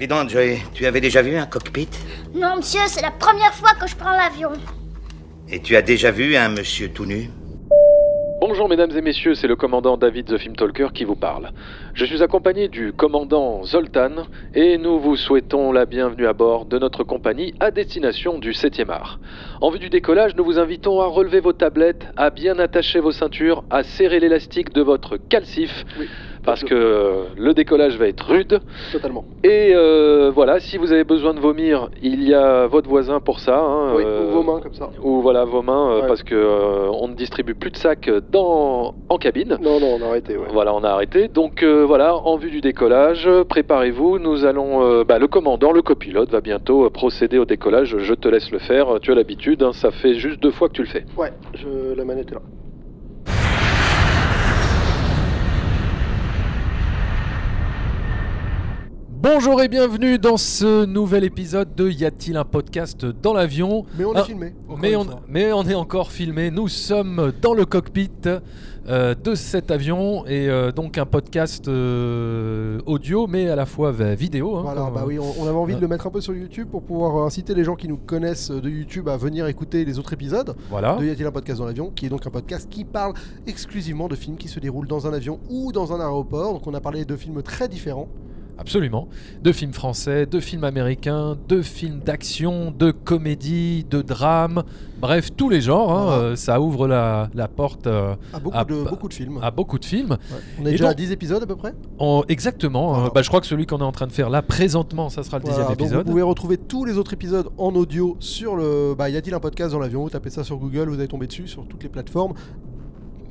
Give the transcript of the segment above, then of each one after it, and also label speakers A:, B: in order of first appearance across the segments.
A: Dis donc, Joey, tu avais déjà vu un cockpit
B: Non, monsieur, c'est la première fois que je prends l'avion.
A: Et tu as déjà vu un monsieur tout nu
C: Bonjour mesdames et messieurs, c'est le commandant David The Film Talker qui vous parle. Je suis accompagné du commandant Zoltan et nous vous souhaitons la bienvenue à bord de notre compagnie à destination du 7e art. En vue du décollage, nous vous invitons à relever vos tablettes, à bien attacher vos ceintures, à serrer l'élastique de votre calcif. Parce que euh, le décollage va être rude.
D: Totalement.
C: Et euh, voilà, si vous avez besoin de vomir, il y a votre voisin pour ça. hein,
D: Oui,
C: euh,
D: ou vos mains comme ça.
C: ou voilà vos mains euh,
D: Ouais.
C: parce que euh, on ne distribue plus de sacs euh, dans en cabine.
D: Non, non, on a arrêté, ouais.
C: Voilà, on a arrêté. Donc euh, voilà, en vue du décollage, euh, préparez-vous. Nous allons, euh, bah, le commandant, le copilote va bientôt euh, procéder au décollage. Je te laisse le faire. Tu as l'habitude. hein, ça fait juste deux fois que tu le fais.
D: Ouais, je... la manette est là.
E: Bonjour et bienvenue dans ce nouvel épisode de Y a-t-il un podcast dans l'avion
D: Mais on
E: Ah,
D: est filmé. encore
E: mais
D: une
E: on,
D: fois.
E: mais on est encore filmé, nous sommes dans le cockpit euh, de cet avion et euh, donc un podcast euh, audio mais à la fois euh, vidéo. hein,
D: Voilà,
E: comme,
D: bah
E: euh,
D: oui, on, on avait envie
E: euh,
D: de le mettre un peu sur YouTube pour pouvoir euh, inciter les gens qui nous connaissent de YouTube à venir écouter les autres épisodes
E: Voilà.
D: de Y a-t-il un podcast dans l'avion, qui est donc un podcast qui parle exclusivement de films qui se déroulent dans un avion ou dans un aéroport. Donc on a parlé de films très différents.
E: Absolument. De films français, de films américains, de films d'action, de comédie, de drame, bref, tous les genres. hein,
D: Voilà.
E: euh, ça ouvre la, la porte euh,
D: À beaucoup,
E: Ah,
D: de,
E: bah.
D: beaucoup de films.
E: à beaucoup de films.
D: Ouais. On est
E: Et
D: déjà à
E: donc-
D: 10 épisodes à peu près.
E: En- exactement.
D: Voilà.
E: euh, bah, je crois que celui qu'on est en train de faire là, présentement, ça sera le
D: Voilà,
E: dixième
D: donc
E: épisode.
D: vous pouvez retrouver tous les autres épisodes en audio sur le. Bah, y a-t-il un podcast dans l'avion Vous tapez ça sur Google, vous allez tomber dessus sur toutes les plateformes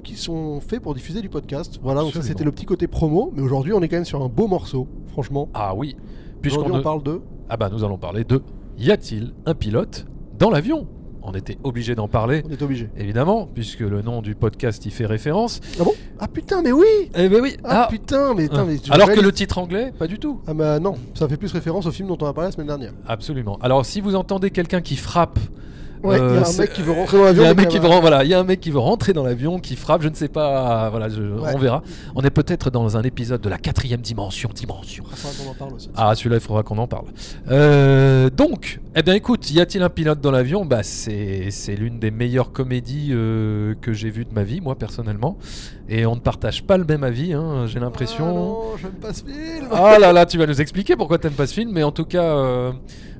D: qui sont faits pour diffuser du podcast. Voilà, donc ça
E: Absolument.
D: c'était le petit côté promo, mais aujourd'hui on est quand même sur un beau morceau, franchement.
E: Ah oui. Puisqu'on
D: Puisqu'on
E: ne-
D: parle de.
E: Ah bah nous allons parler de Y a-t-il un pilote dans l'avion On était obligé d'en parler.
D: On est obligé.
E: Évidemment, puisque le nom du podcast y fait référence.
D: Ah bon Ah putain, mais oui
E: Eh ben oui.
D: Ah,
E: ah,
D: putain, mais, putain,
E: hein.
D: mais je
E: Alors que
D: réalise-
E: le titre anglais, pas du tout.
D: Ah bah non, ça fait plus référence au film dont on a parlé la semaine dernière.
E: Absolument. Alors, si vous entendez quelqu'un qui frappe,
D: Ouais, il y
E: Euh,
D: a un
E: c'est-
D: mec qui veut rentrer dans
E: il y
D: l'avion.
E: a un
D: mais
E: mec
D: qui
E: qui
D: a-
E: veut, ren- voilà, il y a un mec qui veut rentrer dans l'avion, qui frappe. Je ne sais pas. Voilà, je-
D: Ouais.
E: on verra. On est peut-être dans un épisode de la quatrième dimension, dimension.
D: Ah, faudra qu'on en parle aussi.
E: Ah, celui-là, il faudra qu'on en parle. Euh, donc, eh bien, écoute, y a-t-il un pilote dans l'avion Bah, c'est c'est l'une des meilleures comédies euh, que j'ai vues de ma vie, moi personnellement. Et on ne partage pas le même avis. hein, j'ai l'impression.
D: Ah non, j'aime pas ce film.
E: Ah là là, tu vas nous expliquer pourquoi t'aimes pas ce film, mais en tout cas, euh,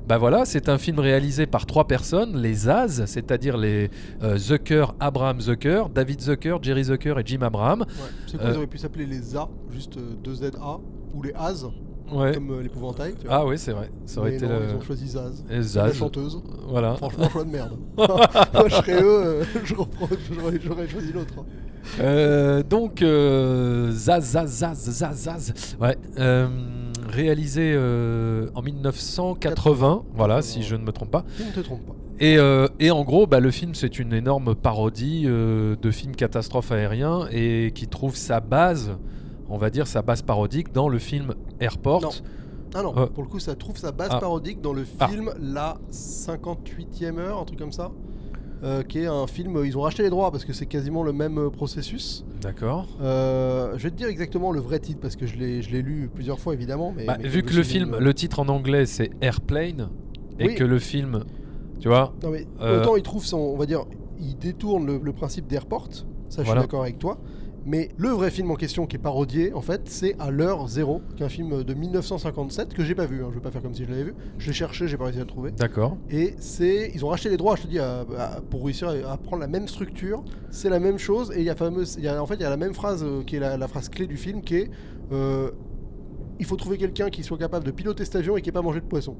E: bah voilà, c'est un film réalisé par trois personnes, les Zaz, c'est-à-dire les euh, Zucker, Abraham Zucker, David Zucker, Jerry Zucker et Jim Abraham.
D: Ouais, c'est quoi,
E: Euh.
D: ils auraient pu s'appeler les A, juste euh, 2ZA, ou les As,
E: Ouais.
D: comme euh, l'épouvantail. tu vois.
E: Ah oui, c'est vrai. Ça aurait
D: Mais
E: été
D: non,
E: le-
D: Ils ont choisi Zaz,
E: les
D: la
E: Zaz.
D: chanteuse.
E: Voilà.
D: Franchement, choix de merde. Moi, je serais eux, euh, je reprends, j'aurais, j'aurais choisi l'autre.
E: Euh, donc, euh, Zaz, Zaz, Zaz, Zaz, Zaz. Ouais. euh, réalisé euh, en 1980, voilà, si je ne me trompe pas.
D: Tu ne te trompes pas.
E: Et, euh, et en gros, bah, le film, c'est une énorme parodie euh, de films catastrophes aériens et qui trouve sa base, on va dire, sa base parodique dans le film Airport.
D: Non. Ah non,
E: Euh.
D: pour le coup, ça trouve sa base
E: Ah.
D: parodique dans le
E: Ah.
D: film La 58e heure, un truc comme ça. euh, qui est un film, ils ont racheté les droits parce que c'est quasiment le même euh, processus.
E: D'accord.
D: Euh, je vais te dire exactement le vrai titre parce que je l'ai, je l'ai lu plusieurs fois évidemment. Mais,
E: Bah,
D: mais
E: vu
D: comme
E: que
D: je
E: le
D: suis euh,
E: film,
D: nul,
E: le titre en anglais, c'est Airplane,
D: Oui.
E: et que le film, tu vois,
D: Non mais
E: Euh,
D: autant il trouve son, on va dire, il détourne le, le principe d'airport, ça je
E: Voilà.
D: suis d'accord avec toi. Mais le vrai film en question qui est parodié, en fait, c'est À l'heure zéro, qui est un film de 1957 que j'ai pas vu. hein, je vais pas faire comme si je l'avais vu. Je l'ai cherché, j'ai pas réussi à le trouver.
E: d'accord.
D: Et c'est, ils ont racheté les droits, je te dis, à- à- pour réussir à, à prendre la même structure. C'est la même chose et il y a fameuse, il y a- en fait, il y a la même phrase euh, qui est la, la phrase clé du film, qui est, euh, il faut trouver quelqu'un qui soit capable de piloter cet avion et qui n'ait pas mangé de poisson.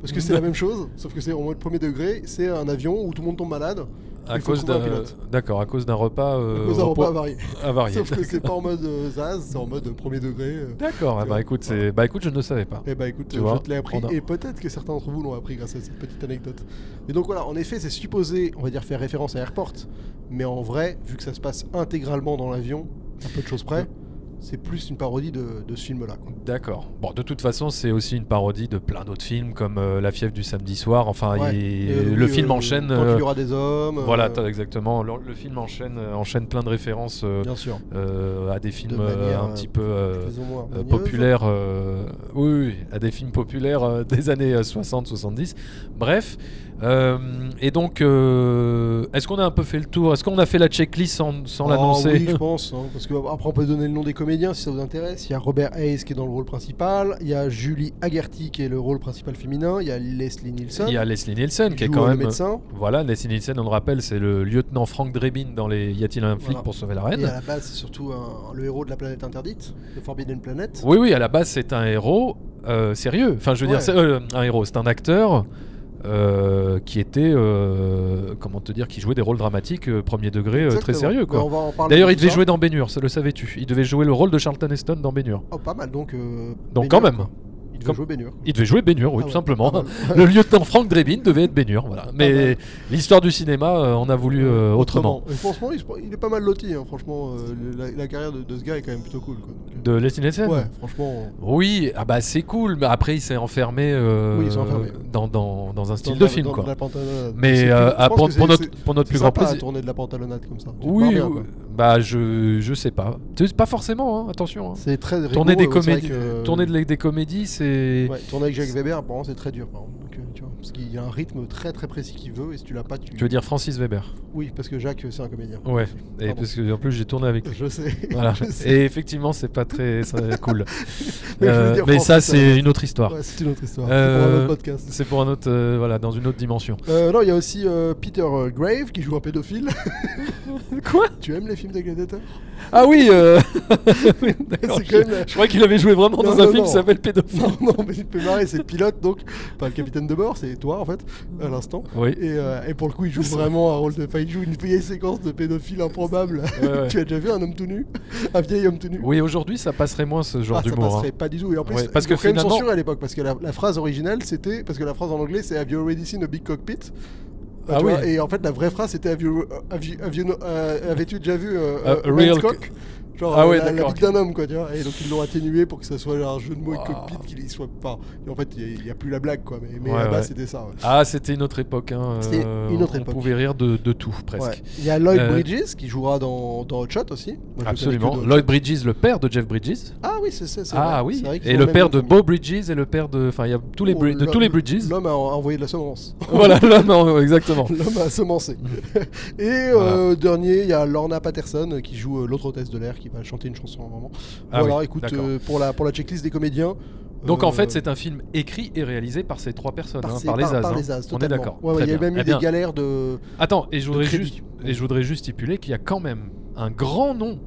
D: Parce que c'est la même chose, sauf que c'est au moins le premier degré, c'est un avion où tout le monde tombe malade
E: À
D: Il faut
E: cause
D: trouver un
E: d'un,
D: pilote.
E: d'accord, à cause d'un repas, euh,
D: à cause d'un
E: au Ah,
D: repas
E: poids-
D: avarié.
E: avarié.
D: Sauf que c'est pas en mode euh, Zaz, c'est en mode premier degré. euh.
E: D'accord. ah bah écoute, c'est, bah écoute, je ne le savais pas.
D: Eh bah écoute,
E: Tu
D: euh,
E: vois,
D: je te l'ai appris
E: on a-
D: et peut-être que certains d'entre vous l'ont appris grâce à cette petite anecdote. Mais donc voilà, en effet, c'est supposé, on va dire, faire référence à Airport, mais en vrai, vu que ça se passe intégralement dans l'avion, à peu de choses près, c'est plus une parodie de, de ce film-là. quoi.
E: D'accord. Bon, de toute façon, c'est aussi une parodie de plein d'autres films comme euh, La fièvre du samedi soir. Enfin,
D: Ouais.
E: il-
D: Et, euh,
E: le
D: oui,
E: film
D: euh,
E: enchaîne.
D: Quand il
E: euh,
D: y aura des hommes.
E: Voilà,
D: euh,
E: t'as- exactement. Le, le film enchaîne, euh, enchaîne plein de références euh,
D: bien sûr.
E: euh, à des films
D: De manière,
E: euh, un
D: euh,
E: petit peu euh,
D: plus ou moins
E: euh,
D: harmonieuse.
E: populaires. euh, oui, oui, oui, à des films populaires euh, des années 60-70. Bref. euh, et donc, euh, est-ce qu'on a un peu fait le tour Est-ce qu'on a fait la checklist sans, sans
D: Ah
E: l'annoncer
D: Oui, je pense. hein, parce que après, on peut donner le nom des comédiens si ça vous intéresse. Il y a Robert Hayes qui est dans le rôle principal. Il y a Julie Agerty qui est le rôle principal féminin. Il y a Leslie Nielsen.
E: Il y a Leslie Nielsen qui est
D: joue,
E: quand
D: euh,
E: même.
D: le médecin.
E: Voilà, Leslie Nielsen, on le rappelle, c'est le lieutenant Frank Drebin dans les Y a-t-il un flic
D: Voilà.
E: pour sauver la
D: Et euh, à
E: reine
D: la base, c'est surtout un- le héros de la planète interdite, de Forbidden Planet.
E: Oui, oui, à la base, c'est un héros euh, sérieux. Enfin, je veux
D: Ouais.
E: dire, c'est euh, un héros, c'est un acteur euh, qui était, euh, comment te dire, qui jouait des rôles dramatiques euh, premier degré euh, très
D: Exactement.
E: sérieux.
D: Mais
E: quoi.
D: on va en parler
E: D'ailleurs,
D: de
E: il
D: tout
E: devait
D: ça.
E: jouer dans Bénure, ça le savais-tu. Il devait jouer le rôle de Charlton Heston dans Bénure.
D: Oh, pas mal donc. euh,
E: Donc,
D: Bénure,
E: quand même,
D: quoi. Il devait
E: Comme-
D: jouer Bénure.
E: il devait jouer Bénure, oui,
D: Ah
E: tout
D: ouais,
E: simplement.
D: pas mal.
E: Le lieutenant Frank Drebin devait être Bénure, voilà. Mais
D: mal.
E: l'histoire du cinéma euh, en a voulu euh, autrement.
D: Et franchement, il, se- il est pas mal loti. hein, Franchement, euh, le- la, la carrière de, de ce gars est quand même plutôt cool. Quoi. Donc, euh,
E: De Leslie Nielsen
D: ouais, franchement.
E: Oui, ah bah c'est cool, mais après il s'est enfermé, euh,
D: Oui, il s'est enfermé.
E: Dans, dans, dans un style
D: dans
E: de
D: la-
E: film
D: dans
E: quoi.
D: la pantalonnade. C'est
E: Mais
D: plus-
E: euh,
D: je
E: ah,
D: pense
E: pour, pour
D: que c'est-
E: notre,
D: c'est-
E: pour notre
D: c'est
E: plus grand
D: sympa hein. à
E: plaisir.
D: tourner de la pantalonnade comme ça. Tu te marres
E: Oui,
D: bien,
E: oui,
D: quoi.
E: bah je, je sais pas. C'est pas forcément, hein, attention. hein.
D: C'est très rigoureux,
E: Tourner, des
D: ouais, c'est vrai
E: comédies,
D: que-
E: tourner de la- des comédies, c'est.
D: Ouais, tourner avec Jacques Weber, apparemment, c'est très dur. par exemple. Donc, euh, tu vois, parce qu'il y a un rythme très très précis qu'il veut, et si tu l'as pas, tu.
E: Tu veux dire Francis Weber
D: Oui, parce que Jacques, c'est un comédien.
E: Ouais, et
D: Pardon.
E: parce que en plus j'ai tourné avec lui.
D: Je sais.
E: Voilà.
D: je sais.
E: Et effectivement, c'est pas très ça- cool.
D: Mais je veux
E: Euh,
D: dire,
E: mais ça,
D: Francis,
E: c'est une autre histoire.
D: Ouais, c'est une autre histoire. C'est pour un
E: Ah. Euh,
D: autre podcast.
E: C'est pour un autre, euh, voilà, dans une autre dimension.
D: Euh, non, il y a aussi euh, Peter euh, Grave qui joue un pédophile.
E: Quoi
D: tu aimes les films de gladiateurs
E: Ah oui, euh, oui, d'accord.
D: C'est quand même la-
E: Je crois qu'il avait joué vraiment
D: Non,
E: dans un
D: non,
E: film
D: non.
E: qui s'appelle Pédophile.
D: Non, non, mais il peut marrer, c'est le pilote donc. Pas le capitaine de bord, c'est toi en fait, à l'instant.
E: Oui.
D: Et, euh, et pour le coup, il joue vraiment un rôle de. Enfin, il joue une vieille séquence de pédophile improbable.
E: Ouais, ouais.
D: tu as déjà vu un homme tout nu Un vieil homme tout nu
E: Oui, aujourd'hui, ça passerait moins ce genre
D: Ah, ça
E: d'humour. hein.
D: passerait pas du tout. Et en plus,
E: Ouais, parce
D: ils
E: que
D: ont quand même
E: finalement-
D: censuré à l'époque, parce que la, la phrase originale c'était. Parce que la phrase en anglais c'est Have you already seen a big cockpit Euh,
E: Ah
D: tu
E: oui.
D: vois, Et en fait, la vraie phrase c'était Have you, have you- have you no- euh, Avais-tu déjà vu euh,
E: A- a
D: euh,
E: real
D: man's cock Genre,
E: Ah
D: euh,
E: ouais,
D: la, la
E: d'accord,
D: bite d'un homme, quoi, tu vois. Et donc, ils l'ont atténué pour que ça soit un jeu de mots et
E: Wow.
D: cockpit qu'il y soit pas. Et en fait, il n'y a, plus la blague, quoi. Mais, mais
E: Ouais,
D: là-bas,
E: ouais.
D: c'était ça. ouais.
E: Ah, c'était une autre époque. Hein.
D: C'était
E: euh,
D: une autre
E: on
D: époque.
E: pouvait rire de, de tout,
D: Ouais.
E: presque.
D: Il y a Lloyd
E: Euh,
D: Bridges qui jouera dans, dans Hot Shot aussi. Moi, je le
E: Absolument.
D: connais que de Hot
E: Lloyd Bridges, le père de Jeff Bridges.
D: Shot. Ah oui, c'est ça. c'est
E: Ah
D: vrai.
E: oui.
D: C'est vrai qu'ils
E: Et
D: ont
E: le
D: même
E: père
D: nom
E: de
D: famille.
E: Beau Bridges et le père de. Enfin, il y a tous les,
D: Oh,
E: Bri- de
D: l'homme-
E: tous les Bridges.
D: L'homme a envoyé de la semence.
E: Voilà, l'homme, en- exactement.
D: L'homme a semencé. Et euh, dernier, il y a Lorna Patterson qui joue euh, l'autre hôtesse de l'air qui va chanter une chanson à un moment.
E: Ah
D: voilà,
E: oui,
D: écoute,
E: d'accord.
D: euh, pour, la, pour la checklist des comédiens.
E: Donc en
D: euh,
E: fait, c'est un film écrit et réalisé par ces trois personnes, hein,
D: par,
E: par,
D: ces-
E: les
D: par-
E: As.
D: par
E: hein.
D: les As,
E: On est
D: totalement.
E: d'accord.
D: Ouais, ouais,
E: Très
D: il y a
E: bien.
D: même
E: Eh
D: eu
E: bien,
D: des galères de.
E: Attends, et je voudrais,
D: crédit.
E: juste, et je voudrais juste stipuler qu'il y a quand même un grand nom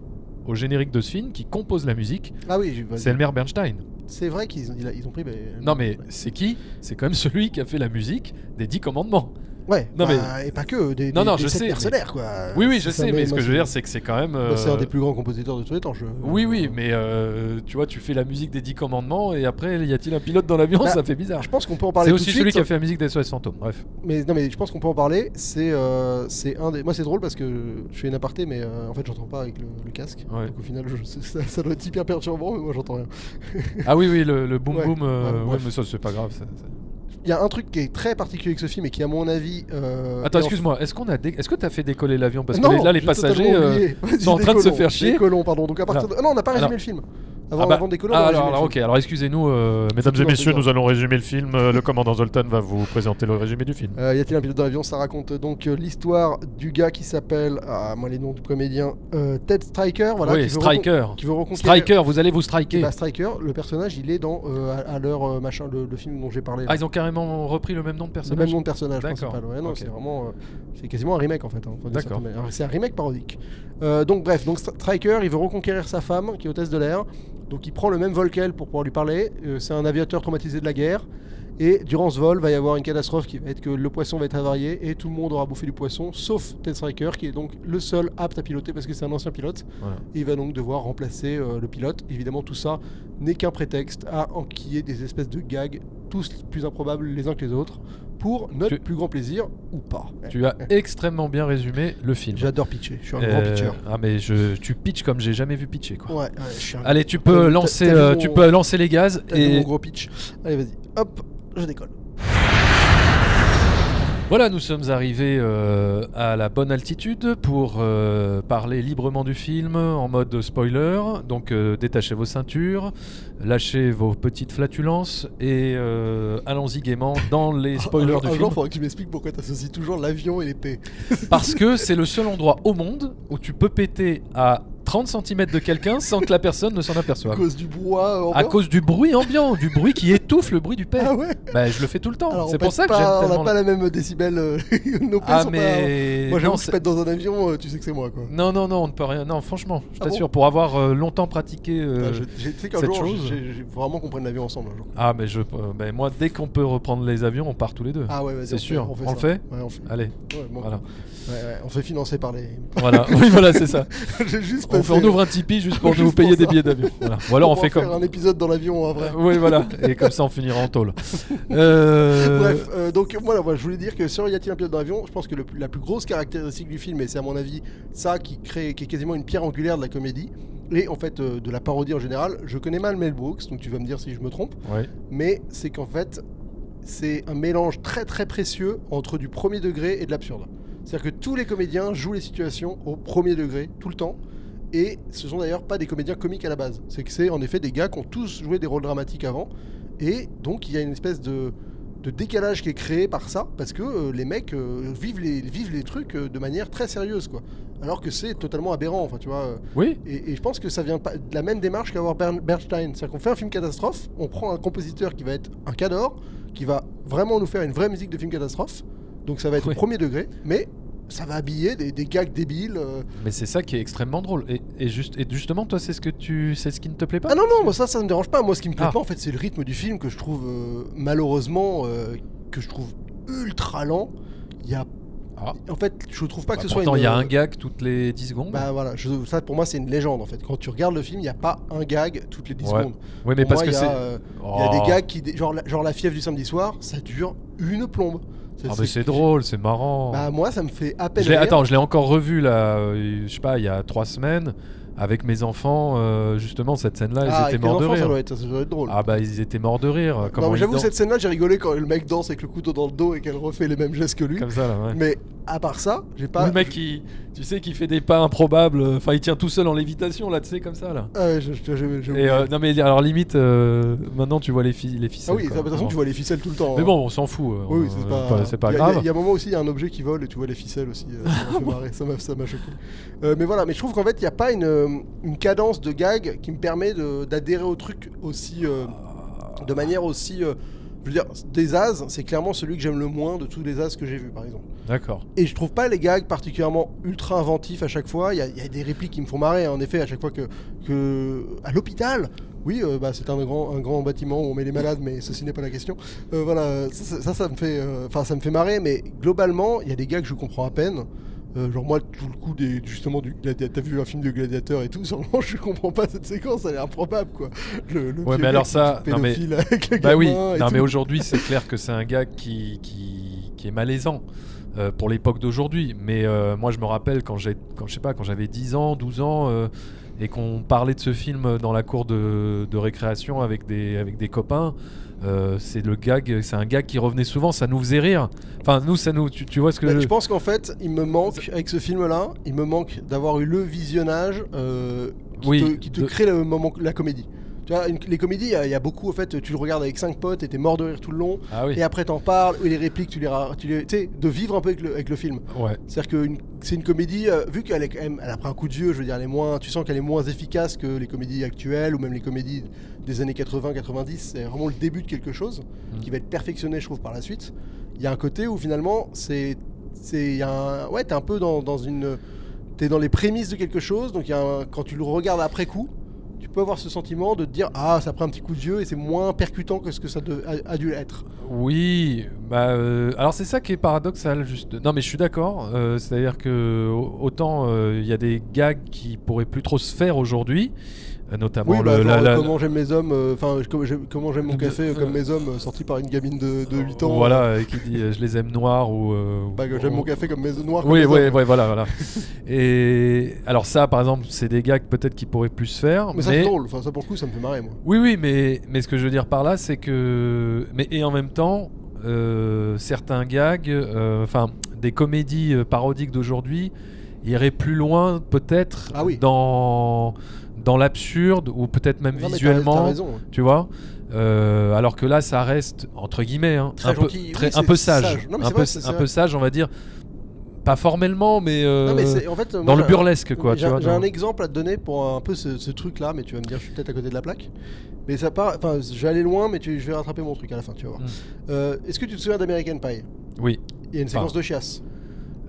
E: au générique de ce film qui compose la musique,
D: Ah oui, j'ai-
E: c'est Elmer Bernstein.
D: c'est vrai qu'ils ont, ils a- ils ont pris. bah,
E: Non mais c'est qui C'est quand même celui qui a fait la musique des Dix Commandements.
D: Ouais,
E: Non,
D: bah, et pas que. Des,
E: Non,
D: des-
E: non,
D: des
E: je
D: sept
E: sais, mais-
D: mercenaires, quoi.
E: oui oui je
D: Ah, Ça,
E: sais, mais ce
D: moi,
E: que je veux dire c'est que c'est quand même...
D: bah, C'est un
E: euh,
D: des plus grands compositeurs de tous les temps. je-
E: Oui oui mais euh, tu vois tu fais la musique des Dix Commandements et après y a-t-il un pilote dans l'avion
D: Bah,
E: Ça fait bizarre.
D: Je pense qu'on peut en
E: C'est
D: parler tout de
E: aussi
D: suite.
E: celui qui a fait la musique des SOS Fantômes, bref.
D: Mais non, mais je pense qu'on peut en parler. C'est euh, c'est un des. Moi, c'est drôle parce que je fais une aparté, mais euh, en fait, j'entends pas avec le, le casque.
E: Ouais.
D: Donc au final, je- ça, ça doit être hyper perturbant, mais moi, j'entends rien.
E: Ah oui oui le, le boom
D: Ouais,
E: boom, euh,
D: ouais,
E: ouais,
D: bref. Euh,
E: mais ça c'est pas grave. ça- ça-
D: Il y a un truc qui est très particulier avec ce film et qui, à mon avis. euh,
E: Attends
D: est en- Ah
E: excuse-moi, est-ce qu'on a, dé- est-ce que t'as fait décoller l'avion parce
D: Non,
E: que les- là les
D: j'ai
E: passagers...
D: totalement
E: euh,
D: oublié. Vas-y,
E: sont en train de se
D: décollons,
E: faire chier.
D: décollons, pardon. Donc à partir
E: Alors.
D: de- Non, on n'a pas résumé
E: Alors.
D: le film. Avant,
E: Ah bah-
D: avant de décoller, on
E: Ah,
D: a
E: alors,
D: résumé le
E: alors, ok,
D: film.
E: alors excusez-nous, euh, mesdames et messieurs,
D: Excusez-moi, excusez-moi.
E: nous allons résumer le film. Euh, le commandant Zoltan va vous présenter le résumé du film.
D: Euh, y a-t-il un pilote dans l'avion Ça raconte donc euh, l'histoire du gars qui s'appelle, ah, moi les noms du comédien, euh, Ted Striker, voilà,
E: oui,
D: qui, veut recon-
E: Striker.
D: qui veut reconquérir-
E: Striker, vous allez vous
D: Et
E: striker.
D: bah, Striker, le personnage, il est dans euh, à, à l'heure euh, machin, le, le film dont j'ai parlé.
E: Ah,
D: là.
E: ils ont carrément repris le même nom de
D: le
E: personnage
D: même nom de personnage
E: D'accord,
D: principal. Ouais, non,
E: ok.
D: c'est vraiment, euh, c'est quasiment un remake en fait. hein, d'une
E: D'accord.
D: certaine manière. C'est un remake parodique. Euh, donc bref, donc Stri- Striker, il veut reconquérir sa femme qui est hôtesse de l'air. Donc il prend le même vol qu'elle pour pouvoir lui parler. Euh, c'est un aviateur traumatisé de la guerre. Et durant ce vol, va y avoir une catastrophe qui va être que le poisson va être avarié et tout le monde aura bouffé du poisson, sauf Ted Striker, qui est donc le seul apte à piloter parce que c'est un ancien pilote.
E: Voilà.
D: Et il va donc devoir remplacer euh, le pilote. Évidemment, tout ça n'est qu'un prétexte à enquiller des espèces de gags tous plus improbables les uns que les autres, pour notre
E: Tu-
D: plus grand plaisir ou pas.
E: Tu as extrêmement bien résumé le film.
D: Eh. J'adore pitcher, je suis un grand
E: Euh,
D: pitcher.
E: ah mais je, tu pitches comme j'ai jamais vu pitcher quoi.
D: Ouais, ouais, je suis un
E: Allez, tu
D: T'as-
E: peux
D: t'as
E: lancer,
D: vu
E: euh,
D: mon-
E: tu peux lancer les gaz
D: T'as vu
E: et
D: mon gros pitch. Allez, vas-y. Hop, je décolle.
E: Voilà, nous sommes arrivés euh, à la bonne altitude pour euh, parler librement du film en mode spoiler. Donc euh, détachez vos ceintures, lâchez vos petites flatulences et euh, allons-y gaiement dans les spoilers
D: un,
E: du
D: un
E: film.
D: jour, faudra que tu m'expliques pourquoi t'associes toujours l'avion et l'épée.
E: Parce que c'est le seul endroit au monde où tu peux péter à 30 cm de quelqu'un sans que la personne ne s'en
D: À
E: aperçoive.
D: cause du bois. en
E: Bah, À
D: bois.
E: cause du bruit ambiant, du bruit qui étouffe le bruit du père.
D: Ah ouais
E: Bah, je le fais tout le temps.
D: Alors, on
E: C'est pour
D: pète
E: ça que
D: pas-
E: j'aime
D: On
E: tellement.
D: n'a pas la même décibel. euh, Nos pelles
E: Ah
D: sont pas.
E: mais non,
D: Moi, j'avoue que
E: c'est-
D: je pète dans un avion, euh, tu sais que c'est moi, quoi.
E: Non, non, non, on ne peut rien. Non, franchement, je
D: Ah
E: t'assure, pour avoir euh, longtemps pratiqué. euh,
D: Ah, je- j'ai- Tu sais qu'un
E: cette
D: jour,
E: chose-
D: j'ai- j'ai- faut vraiment qu'on prenne l'avion ensemble. un jour.
E: Ah, mais je. euh, ben, moi, dès qu'on peut reprendre les avions, on part tous les deux.
D: Ah ouais, vas-y.
E: C'est
D: on fait-
E: sûr.
D: on fait
E: On
D: ça.
E: le fait
D: Ouais, on fait.
E: Allez,
D: ouais, bon.
E: voilà.
D: Ouais, ouais, on fait financer par les.
E: voilà. Oui, voilà, c'est ça.
D: j'ai juste
E: On, fait- on ouvre un Tipeet juste pour
D: Juste
E: vous payer
D: pour
E: des
D: ça.
E: billets d'avion. Voilà. Ou alors on, fait
D: faire
E: comme.
D: un épisode dans l'avion, en vrai.
E: Euh, oui, voilà. Et comme ça, on finira en tôle. Euh,
D: Bref, euh, donc voilà, moi, je voulais dire que sur Y a-t-il un pilote dans l'avion Je pense que le plus- la plus grosse caractéristique du film, et c'est à mon avis ça qui crée, qui est quasiment une pierre angulaire de la comédie, et en fait euh, de la parodie en général, je connais mal Mel Brooks, donc tu vas me dire si je me trompe,
E: ouais.
D: mais c'est qu'en fait c'est un mélange très très précieux entre du premier degré et de l'absurde. C'est-à-dire que tous les comédiens jouent les situations au premier degré tout le temps. Et ce sont d'ailleurs pas des comédiens comiques à la base. C'est que c'est en effet des gars qui ont tous joué des rôles dramatiques avant. Et donc il y a une espèce de, de décalage qui est créé par ça. Parce que euh, les mecs euh, vivent, les, vivent les trucs euh, de manière très sérieuse. quoi. Alors que c'est totalement aberrant. Enfin, tu vois, euh,
E: Oui,
D: et, et je pense que ça vient pas de la même démarche qu'avoir Bern- Bernstein. C'est-à-dire qu'on fait un film catastrophe, on prend un compositeur qui va être un cador, qui va vraiment nous faire une vraie musique de film catastrophe. Donc ça va être
E: Oui.
D: au premier degré, mais ça va habiller des, des gags débiles. euh.
E: mais c'est ça qui est extrêmement drôle. Et, et juste, et justement, toi, c'est ce que tu, c'est ce qui ne te plaît pas.
D: Ah non, non, moi ça, ça me dérange pas. Moi, ce qui me plaît
E: Ah.
D: pas, en fait, c'est le rythme du film que je trouve, euh, malheureusement, euh, que je trouve ultra lent. Il y a.
E: Ah.
D: En fait, je trouve pas que
E: Bah,
D: ce soit
E: pourtant,
D: une. euh,
E: il y a un gag toutes les 10 secondes.
D: Bah voilà, je- ça pour moi, c'est une légende en fait. Quand tu regardes le film, il n'y a pas un gag toutes les 10
E: Ouais.
D: secondes.
E: oui, mais
D: Pour
E: parce
D: moi,
E: que
D: il y
E: c'est.
D: a, euh, Il y a
E: Oh.
D: des gags qui, dé- genre, la- genre la fièvre du samedi soir, ça dure une plombe. Ça,
E: Ah, mais c'est drôle, c'est marrant.
D: Bah moi, ça me fait à peine.
E: Je l'ai-
D: rire.
E: attends, je l'ai encore revu là, euh, je sais pas, il y a trois semaines avec mes enfants. euh, justement, cette scène-là,
D: ah,
E: ils
D: avec
E: étaient
D: les
E: morts de
D: enfants, ça
E: rire.
D: doit être, ça doit être drôle.
E: Ah bah ils étaient morts de rire. Comment
D: non, mais
E: ils
D: j'avoue,
E: dansent
D: cette scène-là, j'ai rigolé quand le mec danse avec le couteau dans le dos et qu'elle refait les mêmes gestes que lui.
E: comme ça là. ouais.
D: Mais à part ça, j'ai
E: Ou
D: pas.
E: le mec qui, tu sais, qui fait des pas improbables. euh, Enfin, il tient tout seul en lévitation là, tu sais, comme ça là.
D: Ah, ouais, je- je- je- je-
E: Et euh, non mais alors limite, euh, maintenant tu vois les filles, les filles.
D: ah oui, de toute façon, tu vois les ficelles tout le temps.
E: Mais
D: hein.
E: bon, on s'en fout. euh,
D: Oui, oui,
E: on-
D: c'est
E: euh,
D: pas,
E: c'est pas
D: il y a-
E: grave.
D: Il y a un moment aussi, il y a un objet qui vole et tu vois les ficelles aussi. euh, ça m'a fait marrer, ça m'a- ça m'a choqué. Euh, mais voilà, mais je trouve qu'en fait, il n'y a pas une, euh, une cadence de gag qui me permet de- d'adhérer au truc aussi. euh, de manière aussi. euh, je veux dire, des As, c'est clairement celui que j'aime le moins de tous les As que j'ai vu, par exemple.
E: D'accord.
D: Et je trouve pas les gags particulièrement ultra inventifs à chaque fois. Il y, a- il y a des répliques qui me font marrer, hein, en effet, à chaque fois que. que à l'hôpital Oui, euh, bah, c'est un grand, un grand bâtiment où on met les malades, mais ceci n'est pas la question. Euh, voilà, ça, ça, ça, ça me fait, euh, enfin, ça me fait marrer, mais globalement, il y a des gags que je comprends à peine. Euh, genre moi tout le coup des, justement du gladiateur t'as vu un film de gladiateur et tout sûrement je comprends pas cette séquence elle est improbable quoi le, le
E: Ouais,
D: vieux
E: mais alors
D: mec
E: ça- non, mais-
D: pédophile avec le
E: Bah oui,
D: gamin et
E: non
D: tout.
E: mais aujourd'hui c'est clair que c'est un gars qui, qui, qui est malaisant euh, pour l'époque d'aujourd'hui. Mais euh, moi je me rappelle quand j'ai quand je sais pas quand j'avais 10 ans, 12 ans euh, et qu'on parlait de ce film dans la cour de, de récréation avec des avec des copains, euh, c'est le gag, c'est un gag qui revenait souvent, ça nous faisait rire. Enfin nous ça nous tu, tu vois ce que
D: Bah,
E: je-
D: Je pense qu'en fait, il me manque, avec ce film-là, il me manque d'avoir eu le visionnage euh, qui,
E: Oui,
D: te, qui te
E: de-
D: crée le moment, la comédie. Tu vois, une- les comédies, il y, a- il y a beaucoup, en fait, tu le regardes avec cinq potes et t'es mort de rire tout le long,
E: Ah oui.
D: et après t'en parles, et les répliques, tu les. ra- Tu les- tu sais, de vivre un peu avec le, avec le film.
E: Ouais.
D: C'est-à-dire que une- c'est une comédie, euh, vu qu'elle est quand même- elle a pris un coup de vieux, je veux dire, elle est moins, tu sens qu'elle est moins efficace que les comédies actuelles ou même les comédies des années 80-90. C'est vraiment le début de quelque chose
E: Mm.
D: qui va être perfectionné, je trouve, par la suite. Il y a un côté où finalement, c'est. c'est il y a un- ouais, t'es un peu dans, dans une. T'es dans les prémices de quelque chose, donc il y a un- quand tu le regardes après coup, tu peux avoir ce sentiment de te dire Ah, ça prend un petit coup de vieux et c'est moins percutant que ce que ça de- a- a dû être.
E: Oui, bah euh, alors c'est ça qui est paradoxal juste. Non mais je suis d'accord, euh, c'est-à-dire que au- autant euh, il y a des gags qui pourraient plus trop se faire aujourd'hui, euh, notamment
D: Oui, bah,
E: le,
D: genre,
E: la- la-
D: comment j'aime mes hommes, euh, enfin je- comment j'aime- comment j'aime mon
E: De-
D: café euh,
E: euh,
D: comme mes hommes, euh, sorti par une gamine de, de 8 ans. hein.
E: Voilà, euh, qui dit euh, je les aime noirs ou. euh,
D: Bah, que
E: ou-
D: j'aime mon café comme mes noirs.
E: Oui,
D: comme mes
E: oui,
D: hommes.
E: oui, voilà, voilà. Et alors ça, par exemple, c'est des gags peut-être qui pourraient plus se faire,
D: Mais ça c'est drôle, enfin ça pour le coup ça me fait marrer moi.
E: oui, oui, mais mais ce que je veux dire par là, c'est que mais et en même temps, euh, certains gags, euh, enfin des comédies euh, parodiques d'aujourd'hui iraient plus loin peut-être
D: Ah oui.
E: dans dans l'absurde ou peut-être même
D: Non, mais t'as- T'as
E: visuellement
D: raison. hein.
E: tu vois Euh, alors que là ça reste entre guillemets hein,
D: Très
E: un, peu,
D: gentil, oui,
E: très-
D: c'est
E: un peu
D: sage.
E: sage,
D: Non, mais
E: un,
D: c'est
E: peu,
D: vrai, c'est
E: un
D: vrai.
E: peu sage on va dire pas formellement mais, euh,
D: Non, mais c'est- en fait, euh, moi,
E: dans le
D: j'ai-
E: burlesque quoi tu
D: J'ai
E: vois
D: j'ai
E: dans-
D: un exemple à te donner pour un peu ce, ce truc-là, mais tu vas me dire, je suis peut-être à côté de la plaque. Mais ça part. Enfin, je vais aller loin, mais tu- je vais rattraper mon truc à la fin, tu vas voir.
E: Mm.
D: Euh, Est-ce que tu te souviens d'American Pie
E: oui
D: Il y a une
E: Enfin,
D: séquence de chiasse.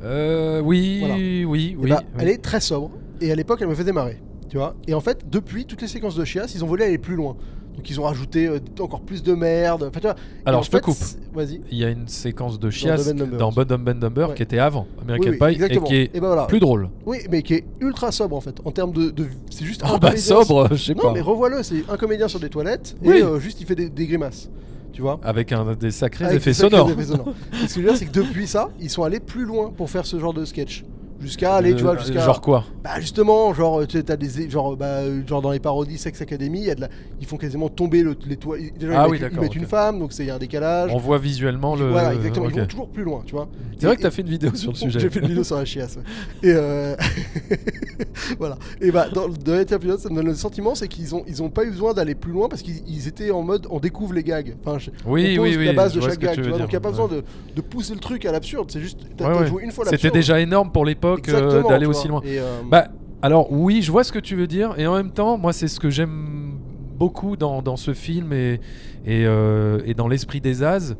E: Euh, oui,
D: Voilà.
E: oui oui
D: Eh
E: oui
D: bah, Elle est très sobre, et à l'époque, elle me faisait marrer. Tu vois Et en fait, depuis, toutes les séquences de chiasse, ils ont voulu aller plus loin. Donc, ils ont rajouté euh, encore plus de merde. Enfin, tu vois, et
E: Alors,
D: en
E: je te
D: fait,
E: coupe.
D: c'est- Vas-y.
E: il y a une séquence de chiasse
D: Dumb and Dumber.
E: dans Bud Dumb and Dumber
D: Ouais.
E: qui était avant American
D: Oui, oui,
E: Pie et
D: exactement.
E: qui est
D: Et bah voilà.
E: plus drôle
D: Oui, mais qui est ultra sobre en fait. En termes de. de- C'est juste.
E: ah
D: un
E: bah
D: comédien-
E: sobre je sais
D: Non,
E: pas
D: mais revois-le, c'est un comédien sur des toilettes
E: Oui.
D: et euh, juste il fait des, des grimaces. Tu vois
E: avec un des sacrés
D: Avec
E: effets
D: des sacrés
E: sonores
D: effets sonores. Et ce que je veux dire, c'est que depuis ça, ils sont allés plus loin pour faire ce genre de sketch. Jusqu'à aller, tu vois,
E: Euh,
D: jusqu'à.
E: genre quoi
D: Bah, justement, genre, tu sais, t'as des. Genre, bah, euh, genre, dans les parodies Sex Academy, il y a de la- ils font quasiment tomber le- les toits. Déjà,
E: Ah
D: ils,
E: oui,
D: mettent, ils
E: d'accord,
D: mettent une
E: ok.
D: femme, donc c'est- il y a un décalage.
E: on voit visuellement le
D: Ah, Voilà, exactement.
E: Ok.
D: Ils vont toujours plus loin, tu vois.
E: c'est vrai
D: Et-
E: que t'as fait une vidéo sur le sujet
D: j'ai fait une vidéo sur la chiasse. ouais. Et euh, voilà. Et bah dans, dans Happy Pilote, ça me donne le sentiment, c'est qu'ils ont ils ont pas eu besoin d'aller plus loin parce qu'ils ils étaient en mode on découvre les gags. Enfin, je-
E: Oui,
D: on pose
E: oui, oui,
D: la base
E: je
D: de
E: vois
D: chaque
E: ce que
D: gag.
E: tu
D: tu
E: veux
D: vois,
E: dire.
D: donc il y a pas
E: Ouais.
D: besoin de, de pousser le truc à l'absurde. C'est juste t'as
E: Ouais,
D: t'as
E: ouais.
D: joué une fois l'absurde.
E: C'était déjà énorme pour l'époque euh,
D: Exactement,
E: d'aller
D: tu
E: aussi
D: vois.
E: loin.
D: Et, euh,
E: Bah, alors oui, je vois ce que tu veux dire, et en même temps, moi, c'est ce que j'aime beaucoup dans, dans ce film et, et, euh, et dans l'esprit des As,